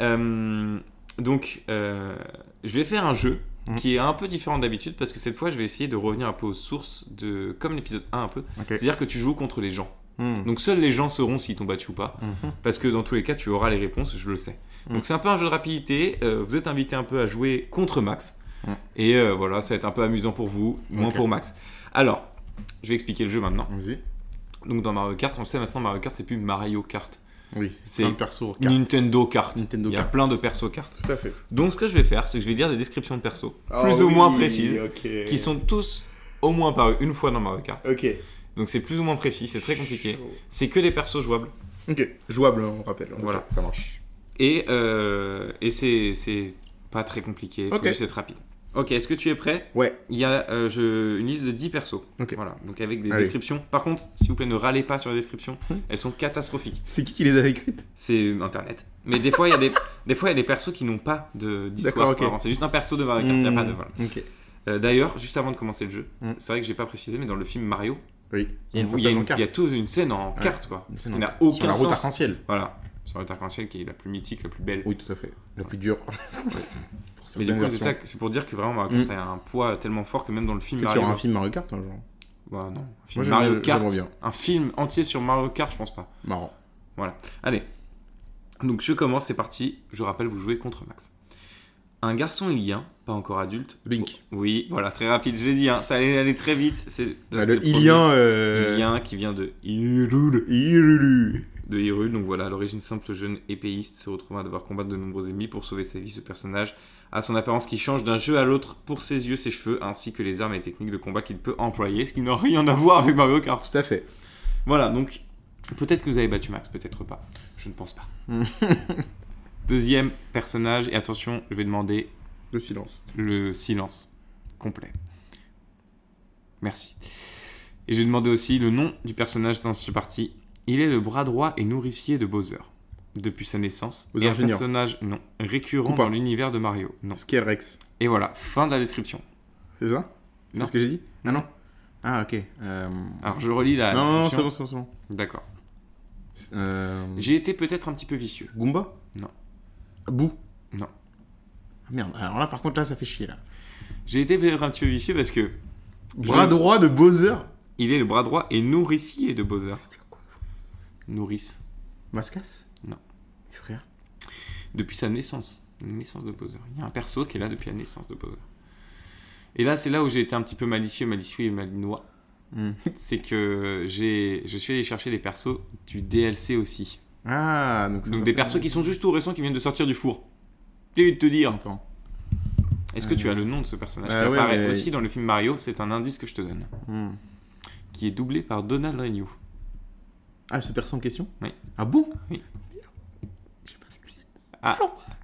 Euh, donc, euh, je vais faire un jeu Mhm. qui est un peu différent d'habitude parce que cette fois, je vais essayer de revenir un peu aux sources de, comme l'épisode 1 un peu. Ok. C'est-à-dire que tu joues contre les gens. Hmm. Donc seuls les gens sauront s'ils t'ont battu ou pas. Mhm. Parce que dans tous les cas, tu auras les réponses, je le sais. Donc Mm. c'est un peu un jeu de rapidité. euh, vous êtes invité un peu à jouer contre Max. Mm. Et euh, voilà, ça va être un peu amusant pour vous, moins Ok. pour Max. Alors, je vais expliquer le jeu maintenant. Vas-y. Donc dans Mario Kart, on le sait maintenant, Mario Kart, c'est plus Mario Kart. Oui, C'est c'est un perso. Kart. Nintendo Kart. Nintendo Il y a Kart. plein de persos Kart. Tout à fait. Donc ce que je vais faire, c'est que je vais dire des descriptions de persos, Ah plus ou moins précises, qui sont tous au moins apparus une fois dans Mario Kart. Ok. Donc c'est plus ou moins précis, c'est très compliqué. C'est que des persos jouables. Ok. Jouable, hein, on rappelle. Voilà. Voilà, ça marche. Et, euh, et c'est, c'est pas très compliqué, faut Ok. juste être rapide. Ok, est-ce que tu es prêt Ouais. Il y a euh, je- une liste de 10 persos. Ok. Voilà, donc avec des Allez. descriptions. Par contre, s'il vous plaît, ne râlez pas sur les descriptions, Hmm. elles sont catastrophiques. C'est qui qui les avait écrites C'est internet. Mais des fois, il y *laughs* a des, des fois, il y a des persos qui n'ont pas de, d'histoire. D'accord, ok. apparente. C'est juste un perso de Mario Kart, il y a pas de. voilà. Ok. Euh, d'ailleurs, juste avant de commencer le jeu, Hmm. c'est vrai que j'ai pas précisé, mais dans le film Mario, Oui. on voit- il y a, une, il y a toute une scène en Ouais. carte, quoi. Une Ce scène qui en- n'a Sur aucun la route sens. arc-en-ciel. Voilà, sur le arc-en-ciel qui est la plus mythique, la plus belle. Oui, tout à fait. La plus dure. Pour certaines Mais du coup, c'est versions. ça, c'est pour dire que vraiment Mario Kart a un poids tellement fort que même dans le film Peut-être Mario. Hmm. sur un film Mario Kart, hein, genre. Bah, non, un Moi, film j'aimerais- Mario Kart. j'aimerais bien. Un film entier sur Mario Kart, je pense pas. Marrant. Allez. Donc je commence, c'est parti. Je rappelle, vous jouez contre Max. Un garçon ilien, pas encore adulte. Link. Oui, voilà, très rapide, je l'ai dit, hein, ça allait aller très vite. C'est Bah, c'est le premier Ilien. euh, Ilien qui vient de Hyrule. Ilulu. de Hyrule. Donc voilà, à l'origine simple jeune épéiste se retrouvant à devoir combattre de nombreux ennemis pour sauver sa vie. Ce personnage a son apparence qui change d'un jeu à l'autre pour ses yeux, ses cheveux, ainsi que les armes et techniques de combat qu'il peut employer, ce qui n'a rien à voir avec Mario Kart. Tout à fait. Voilà, donc peut-être que vous avez battu Max, peut-être pas. Je ne pense pas. Deuxième personnage, et attention, je vais demander Le silence. le silence complet. Merci. Et j'ai demandé aussi le nom du personnage dans ce parti. Il est le bras droit et nourricier de Bowser depuis sa naissance. Bowser et un Jr.. personnage non récurrent Koopa. dans l'univers de Mario. Non. Scale Rex. Et voilà, fin de la description. C'est ça Non. Ah, C'est ce que j'ai dit Ah non Ah ok. Euh, Alors je relis la non, non, non, c'est description. bon, c'est bon, c'est bon. D'accord. C'est- euh, J'ai été peut-être un petit peu vicieux. Goomba Non. Bou Non. Ah, Merde, alors là par contre là ça fait chier là. J'ai été peut-être un petit peu vicieux parce que Bras droit de Bowser il est le bras droit et nourricier de Bowser. Nourrice. Mascasse Non. Mais Frère. depuis sa naissance. La naissance de Bowser. Il y a un perso qui est là depuis la naissance de Bowser. Et là, c'est là où j'ai été un petit peu malicieux, malicieux et malinois. Hmm. C'est que j'ai, je suis allé chercher les persos du DLC aussi. Ah, donc c'est Donc des persos qui sont juste tout récents, qui viennent de sortir du four. J'ai eu de te dire. Attends. Est-ce que tu as le nom de ce personnage Bah qui ouais, apparaît mais- aussi dans le film Mario C'est un indice que je te donne. Hmm. Qui est doublé par Donald Renew. Ah, ce perso en question Oui. Ah bon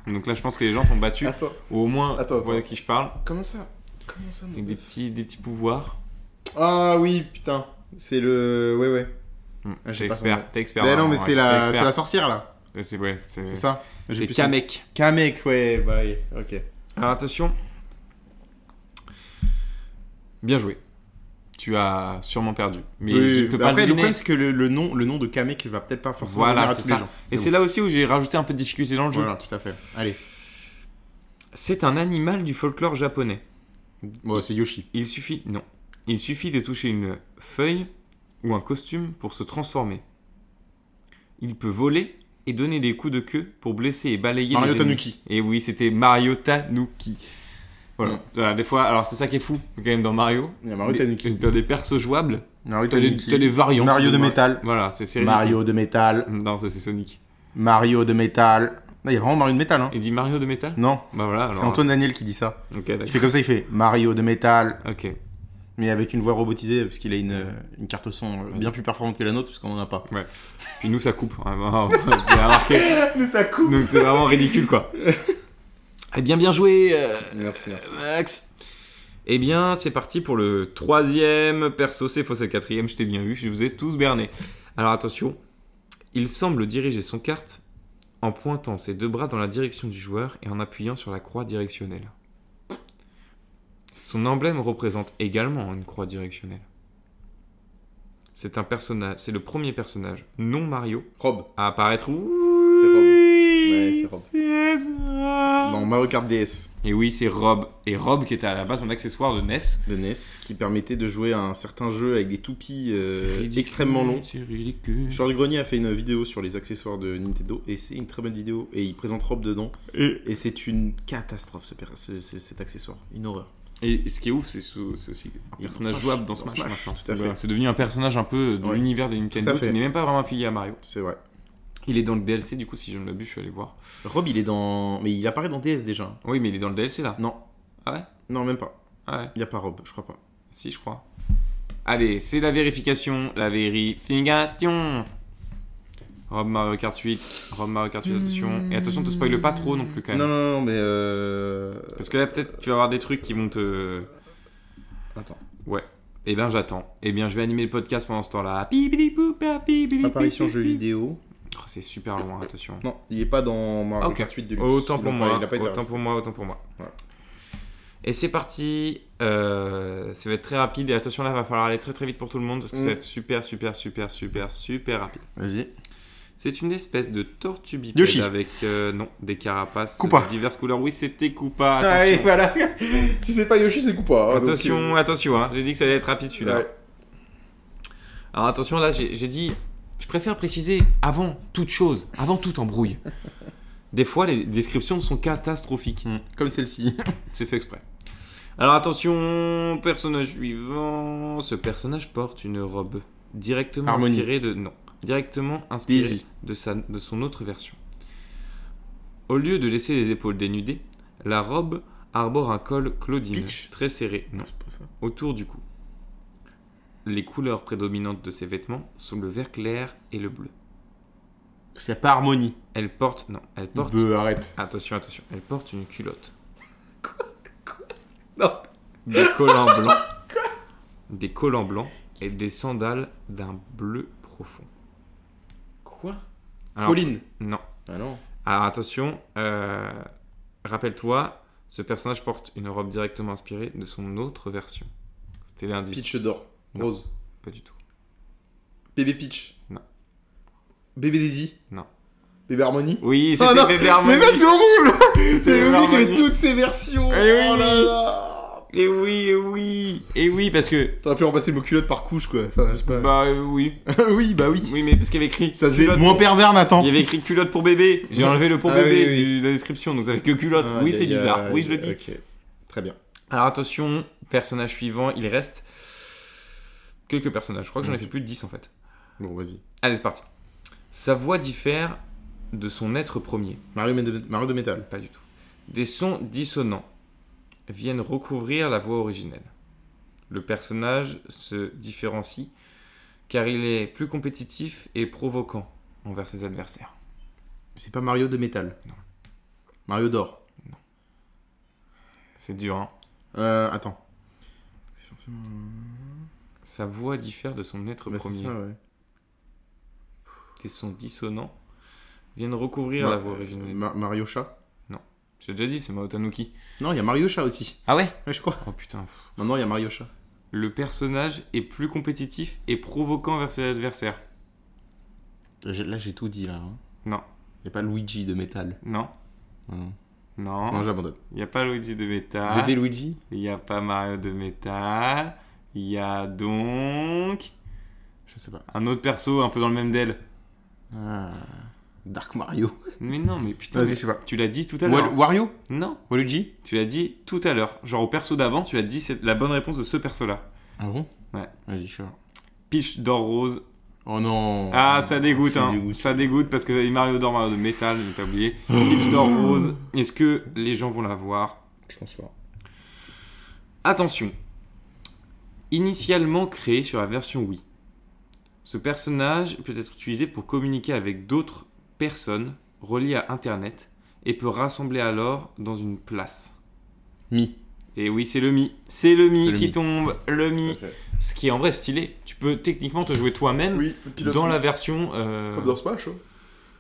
Donc là, je pense que les gens t'ont battu. Attends, Ou au moins, Ah. Attends, vous voyez de qui je parle. comment ça Comment ça mon Avec des pote petits, des petits pouvoirs. Ah oui, putain. C'est le. Ouais, ouais. Hmm, Ah, j'ai T'es pas son nom. expert. T'es expert. Ben non, vraiment, mais ouais, c'est t'es la... expert. c'est la sorcière là. Ouais, C'est ouais, c'est- C'est ça. c'est plus- Kamek. Kamek, ouais, bah oui, ok. Alors attention. Bien joué. Tu as sûrement perdu. Mais Oui, je oui, peux bah pas après, le le deviner. problème, c'est que le, le nom, le nom de Kamek va peut-être pas forcément Voilà, plaire à c'est tous ça. les gens. Et c'est là aussi où j'ai rajouté un peu de difficulté dans le jeu. Voilà, tout à fait. Allez. C'est un animal du folklore japonais. Bon, c'est Yoshi. Il suffit. Non. Il suffit de toucher une feuille ou un costume pour se transformer. Il peut voler et donner des coups de queue pour blesser et balayer Mario les ennemis. Tanuki. Et oui, c'était Mario Tanuki. Voilà. Mm. Voilà, Des fois, alors c'est ça qui est fou quand même dans Mario. Il y a Mario Des- Tanuki. Dans les persos jouables, Mario t'as des, Tanuki. t'as des variantes. Mario de Mar- métal. Voilà, c'est c'est Mario de métal. ridicule. Non, ça c'est Sonic. Mario de métal. Non, il y a vraiment Mario de métal, hein. Il dit Mario de métal Non, Bah voilà, alors. c'est Antoine Daniel qui dit ça. Ok, d'accord. Il fait comme ça, il fait Mario de métal. Ok. mais avec une voix robotisée, parce qu'il a une, euh, une carte son euh, bien plus performante que la nôtre, parce qu'on en a pas. Puis nous, ça coupe. hein. Vraiment, Vous avez remarqué *laughs* Nous, ça coupe Donc c'est vraiment *laughs* ridicule, quoi. Eh bien, bien joué, euh, Merci, merci. Max. Eh bien, c'est parti pour le troisième perso. C'est faux, c'est le quatrième. Je t'ai bien vu, je vous ai tous berné. Alors attention, il semble diriger son kart en pointant ses deux bras dans la direction du joueur et en appuyant sur la croix directionnelle. Son emblème représente également une croix directionnelle. C'est un personnage, c'est le premier personnage non Mario Rob. à apparaître. Ouh, C'est Rob. Ouais, c'est Rob. c'est Rob. Dans Mario Kart DS Et oui, c'est Rob. Et Rob qui était à la base un accessoire de NES. de NES, qui permettait de jouer à un certain jeu avec des toupies euh, extrêmement longs. C'est ridicule. Charles Grenier a fait une vidéo sur les accessoires de Nintendo et c'est une très bonne vidéo et il présente Rob dedans Et, et c'est une catastrophe ce, per- ce- ce- cet accessoire, une horreur. et ce qui est ouf, c'est sous- c'est aussi un Et dans personnage Smash. jouable dans Dans Smash, Smash, maintenant. tout à fait. Voilà, C'est devenu un personnage un peu de Ouais. l'univers de Nintendo fait. qui n'est même pas vraiment affilié à Mario. C'est vrai. Il est dans le DLC, du coup, si je ne l'abuse, je suis allé voir. Rob il est dans... mais il apparaît dans DS déjà. hein. Oui, mais il est dans le DLC là. Non. Ah ouais Non même pas. Ah ouais, Il n'y a pas Rob, je crois pas. si, je crois. Allez, c'est la vérification. La vérification. Rob Mario Kart 8. Rob Mario Kart 8, attention. Et attention, te spoil pas trop non plus quand même. Non non non mais... Euh... Parce que là, peut-être, tu vas avoir des trucs qui vont te. Attends. Eh bien, j'attends. Eh bien, je vais animer le podcast pendant ce temps-là. Pipilipoupa, pipilipoupi. Apparition jeu vidéo. Oh, c'est super loin, attention. Non, il est pas dans Mario Ah, ok. Kart 8 Deluxe. Autant Il a pour pas- moi. il a pas été Autant rajouté. pour moi, autant pour moi. Voilà. Et c'est parti. Euh, ça va être très rapide. Et attention, là, va falloir aller très très vite pour tout le monde parce que ça va Mm. être super, super, super, super, super rapide. Vas-y. C'est une espèce de tortue bipède Yoshi. avec euh, non des carapaces Koopa. de diverses couleurs. Oui, c'était Koopa. Ah, et Attention, voilà. *laughs* si c'est pas Yoshi, c'est Koopa. hein, donc, attention, euh, attention. hein. J'ai dit que ça allait être rapide celui-là. ouais. Alors attention, là, j'ai j'ai dit, je préfère préciser avant toute chose, avant *laughs* toute embrouille. Des fois, les descriptions sont catastrophiques. Comme celle-ci. C'est fait exprès. Alors attention, personnage suivant. Ce personnage porte une robe directement Harmony. inspirée de non, directement inspirée Daisy. de sa de son autre version. Au lieu de laisser les épaules dénudées, la robe arbore un col Claudine Peach. très serré. Non C'est pas ça. autour du cou. Les couleurs prédominantes de ses vêtements sont le vert clair et le bleu. C'est pas Harmonie. Elle porte non, elle porte Beuh, arrête. attention attention, elle porte une culotte. Non. Des *laughs* collants blancs. des collants blancs et des sandales d'un bleu profond. Quoi Alors, Pauline. Non. Ah non. Alors attention, euh, rappelle-toi, ce personnage porte une robe directement inspirée de son autre version. C'était l'indice. Peach d'or. Non. Rose. Pas du tout. Bébé Peach. Non. Bébé Daisy. Non. Bébé Harmonie. Oui, Oh c'était non, Bébé Harmony. Mais mec, c'est *laughs* horrible Bébé T'avais oublié qu'il y avait Harmony. toutes ces versions Eh oui. Oh là là Et oui, et oui, et oui, parce que. T'aurais pu remplacer le mot culotte par couche, quoi. Enfin, je sais pas. Bah euh, oui, *laughs* oui, bah oui. oui, mais parce qu'il y avait écrit. Ça faisait culotte moins pour- pervers, Nathan. Il y avait écrit culotte pour bébé. J'ai enlevé le pour Ah bébé oui, oui. de la description, donc ça fait que culotte. Ah, oui, y a- c'est y a- bizarre. oui, je le y a- dis. Ok. Très bien. Alors attention, personnage suivant, il reste quelques personnages. Je crois que j'en ai fait plus de 10 en fait. Bon, vas-y. Allez, c'est parti. Sa voix diffère de son être premier. Mario, de... Mario de métal. Pas du tout. Des sons dissonants viennent recouvrir la voix originelle. Le personnage se différencie car il est plus compétitif et provoquant envers ses adversaires. C'est pas Mario de métal. Non. Mario d'or. C'est dur, hein Euh, attends. C'est forcément. Sa voix diffère de son être Bah, c'est premier. ça, ouais. Des sons dissonants viennent recouvrir la Non, voix euh, originelle. Ma- Mario chat. J'ai déjà dit, c'est Mao Tanuki. Non, il y a Mario chat aussi. Ah ouais Ouais, je crois. Oh putain. Non, non, il y a Mario chat. Le personnage est plus compétitif et provoquant envers ses adversaires. Là, j'ai tout dit, là. Non, Il n'y a pas Luigi de métal. non, Non, non. Ah. j'abandonne. Il n'y a pas Luigi de Beta. Luigi Il n'y a pas Mario de métal. Il y a donc Je sais pas. un autre perso un peu dans le même del. Ah, Dark *laughs* Mario. Mais non, mais putain. mais je sais pas. Tu l'as dit tout à l'heure. Wal- Wario Non, Waluigi tu l'as dit tout à l'heure. Genre au perso d'avant, tu as dit c'est la bonne réponse de ce perso-là. Ah bon Ouais. Vas-y, je sais pas. Peach d'or rose. Oh non Ah, ça dégoûte, Ça hein. dégoûte. Ça dégoûte parce que j'avais Mario d'or, Mario de métal, mais *gasps* t'as oublié. Peach d'or rose. Est-ce que les gens vont la voir Je pense pas. Attention. Initialement créé sur la version Wii, ce personnage peut être utilisé pour communiquer avec d'autres personnes reliées à Internet et peut rassembler alors dans une place. Mi. Et oui, c'est le Mi. C'est le Mi C'est le qui Mi. tombe, le Mi. Tout à fait. Ce qui est en vrai stylé. Tu peux techniquement te jouer toi-même Oui, le pilote dans Mii, la version. euh, Comme dans Smash. hein.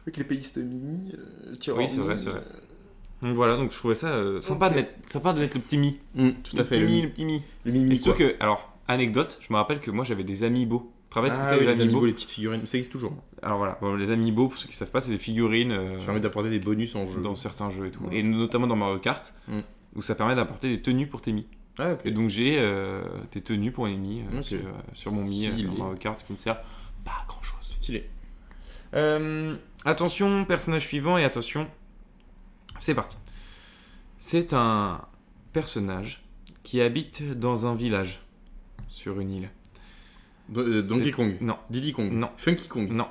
Avec les pays mini, euh, tireur Oui, c'est vrai, Mii, c'est vrai. euh, Donc voilà, donc je trouvais ça euh, sympa, Ok. de mettre, sympa de mettre le petit Mi. Mm, euh, tout le à fait. Petit Le mi, mi. le petit Mi. Le mi, Et mi, surtout quoi. que, alors, anecdote, je me rappelle que moi j'avais des amiibo. Tu te rappelles ce que Ah c'est oui, les les amiibo amiibo, les petites figurines. Ça existe toujours. hein. Alors voilà, bon, les amiibo, pour ceux qui savent pas, c'est des figurines euh, Ça permet d'apporter des bonus en jeu. dans certains jeux et tout. Ouais. Et notamment dans Mario Kart, Mm. où ça permet d'apporter des tenues pour tes Mi. Ah, ok. Et donc j'ai euh, des tenues pour mes Mi euh, Ok. sur, euh, sur mon Mi euh, Stylé. dans Mario Kart, ce qui ne sert pas à grand chose. Stylé. Euh, attention, personnage suivant, et attention, c'est parti. C'est un personnage qui habite dans un village, sur une île. Do- euh, Donkey C'est- Kong. Non, Diddy Kong. Non. Funky Kong. non.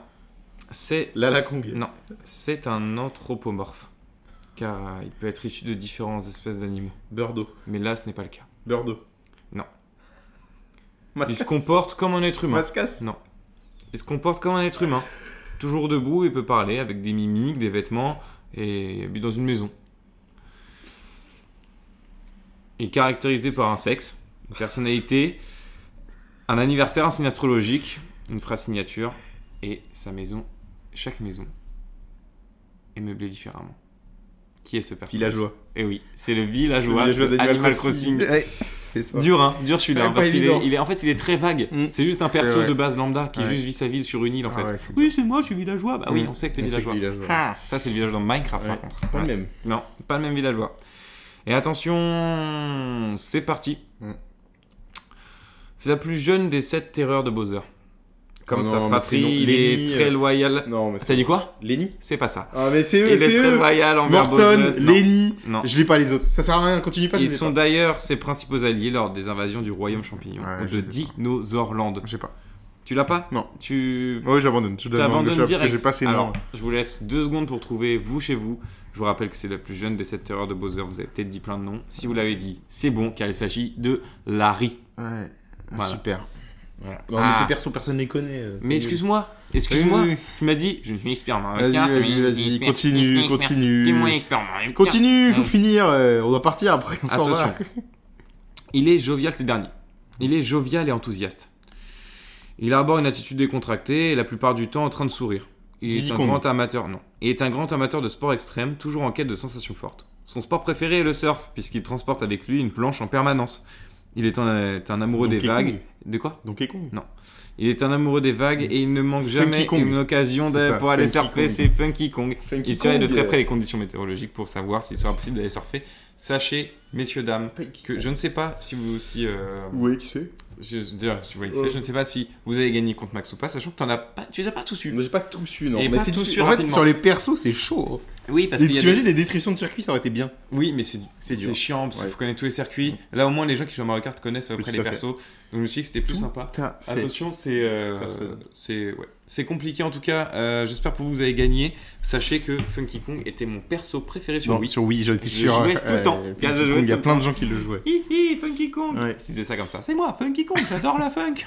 C'est Lala Kong. non, c'est un anthropomorphe, car euh, il peut être issu de différentes espèces d'animaux. Birdo. Mais là, ce n'est pas le cas. Birdo. Non. Il se Mascas. comporte comme un être humain. Mascas. Non. Il se comporte comme un être humain. Toujours debout et peut parler avec des mimiques, des vêtements et habite dans une maison. Il est caractérisé par un sexe, une personnalité, un anniversaire, un signe astrologique, une phrase signature et sa maison, chaque maison est meublée différemment. Qui est ce personnage Villageois. Eh oui, c'est le villageois, Le villageois de d'Animal Animal Crossing. Crossing. Ouais, c'est ça. Dur, hein, dur celui-là, Ouais, hein, pas parce qu'il évident. est, il est- en fait, il est très vague. Mm. C'est juste un C'est perso vrai. de base lambda qui Ouais. juste vit sa vie sur une île, en Ah fait. ouais, c'est oui, c'est moi, je suis villageois. Bah oui, Mm. on sait que t'es On sait que villageois. les villageois. Ah, ça, c'est le villageois dans Minecraft, Ouais. par contre. C'est pas Ouais. le même. Non, pas le même villageois. Et attention, c'est parti. Mm. C'est la plus jeune des sept terreurs de Bowser. Comme Oh sa non, mais c'est fratrie, non. il Lenny, est très euh, loyal. Non, mais T'as dit quoi Lenny C'est pas ça. Ah, mais c'est Il eux, est c'est très eux. loyal envers Morton, Bowser. Non, Lenny. Non. Je lis pas les autres. Ça sert à rien, continue pas, je Ils les ai sont pas. d'ailleurs ses principaux alliés lors des invasions du royaume champignon Ouais, ou je de sais pas. Dinosaurland. Je sais pas. Tu l'as pas Non. Tu Oui, j'abandonne. Je donne le t'abandonnes chat direct. parce que j'ai pas ces noms. Alors, je vous laisse deux secondes pour trouver vous chez vous. Je vous rappelle que c'est la plus jeune des sept terreurs de Bowser. Vous avez peut-être dit plein de noms. Si vous l'avez dit, c'est bon car il s'agit de Larry. Ouais. Ah, Voilà. Super. Voilà. Non, mais Ah. ces persos, personne les connaît. euh, Mais c'est nul. excuse-moi, excuse-moi. Oui, oui, Tu m'as dit, je suis expert. dans oui. Mario Kart, Vas-y, vas-y, mais- vas-y. expert, Continue, expert, Dis-moi, continue. expert Mario Kart. Continue, faut Ouais. finir. euh, On doit partir après, *laughs* on s'en va. Attention. Il est jovial ces derniers. Il est jovial et enthousiaste. Il arbore une attitude décontractée et la plupart du temps en train de sourire. Il Diddy est un Kong. grand amateur, non. Il est un grand amateur de sport extrême, toujours en quête de sensations fortes. Son sport préféré est le surf, puisqu'il transporte avec lui une planche en permanence. Il est un, est un amoureux Donkey des vagues. Kong. De quoi Donkey Kong. Il est un amoureux des vagues et il ne manque jamais Kong. une occasion de, C'est ça, pour aller Funky surfer. Kong. C'est Funky Kong. Funky Il surveille de Kong, très euh, près les conditions météorologiques pour savoir s'il sera possible d'aller surfer. Sachez, messieurs, dames, que je ne sais pas si vous aussi. euh, Ouais, qui sait je, d'ailleurs, si vous voyez qui Euh. c'est, je ne sais pas si vous avez gagné contre Max ou pas, sachant que t'en as pas, tu les as pas tous Mais eu. J'ai pas tout su, non. Et Mais pas c'est tout tout su En fait, rapidement. sur les persos, c'est chaud. Oui, parce Tu qu'il y a des... T'imagines des descriptions de circuits, ça aurait été bien. Oui, mais c'est, C'est c'est, dur. chiant parce qu'il Ouais. faut connaître tous les circuits. Là, au moins, les gens qui jouent à Mario Kart connaissent à peu Oui, près tout les à fait. persos. Donc, je me suis dit que c'était plus sympa. T'as Attention, c'est euh, Personne. c'est ouais. c'est compliqué en tout cas. euh, J'espère pour vous vous avez gagné. Sachez que Funky Kong était mon perso préféré sur Non, Wii. sur Wii, j'en étais Je sûr. jouais tout le euh, temps. Funky Regarde, je jouais Kong, Il y a tout le plein de temps. gens qui le jouaient. Hi hi Funky Kong. Ouais. Ils disaient ça comme ça. C'est moi Funky Kong. J'adore *laughs* la funk.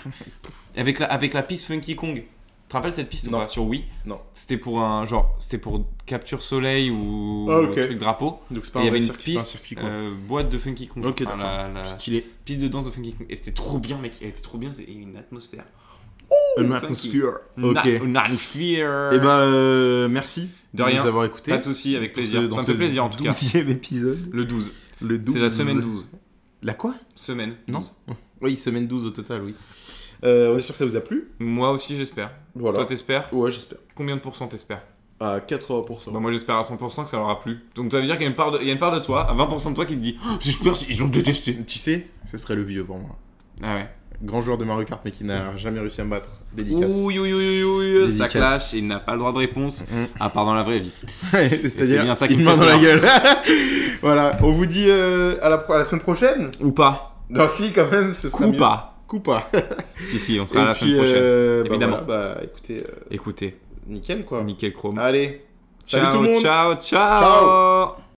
avec la avec la piste Funky Kong. Tu te rappelles cette piste ou Non. pas sur Wii Non. C'était pour un genre c'était pour capture soleil ou Ah, ok. un truc drapeau. Donc c'est Et pas il y un avait vrai une circuit, c'est pas un piste circuit quoi. euh, boîte de Funky Kong. Ok, Enfin, la- la Stylé. piste de danse de Funky Kong. Et c'était trop bien mec. Et C'était trop bien. Et une atmosphère. Une funky. atmosphère. Na- Ok. Et Une atmosphère. ben, euh, merci De rien. nous avoir écoutés. Pas de souci, avec plaisir. Dans Ça me ce fait plaisir en tout cas. 12e épisode. Le 12. Le 12. C'est la semaine 12. La quoi Semaine. Non Oui, semaine 12 au total, oui. Euh, on espère que ça vous a plu. Moi aussi, j'espère. Toi, Voilà. t'espères Ouais, j'espère. Combien de pourcents t'espères À 80%. Bah, Moi, j'espère à 100% que ça leur a plu. Donc, ça veut dire qu'il y, a une part de- il y a une part de toi, à 20% de toi qui te dit Oh, J'espère qu'ils ont détesté. Tu sais, ce serait le vieux pour moi. Ah ouais. Grand joueur de Mario Kart, mais qui n'a jamais réussi à me battre. Dédicace. Ouh, ouh, ouh, ouh, ouh, ça Dédicace. clash et il n'a pas le droit de réponse, Mhm. à part dans la vraie vie. *laughs* C'est-à-dire c'est bien ça qui une me main fait dans la gueule. *laughs* voilà, on vous dit euh, à, la pro- à la semaine prochaine. Ou pas. Non, si, quand même, ce sera Ou mieux. pas. Coupa. Si, si, on Et sera là la puis, semaine prochaine. euh, bah évidemment. voilà, bah, écoutez, euh, Écoutez, nickel quoi. nickel chrome. Allez, salut Ciao, tout le monde. ciao, ciao, Ciao.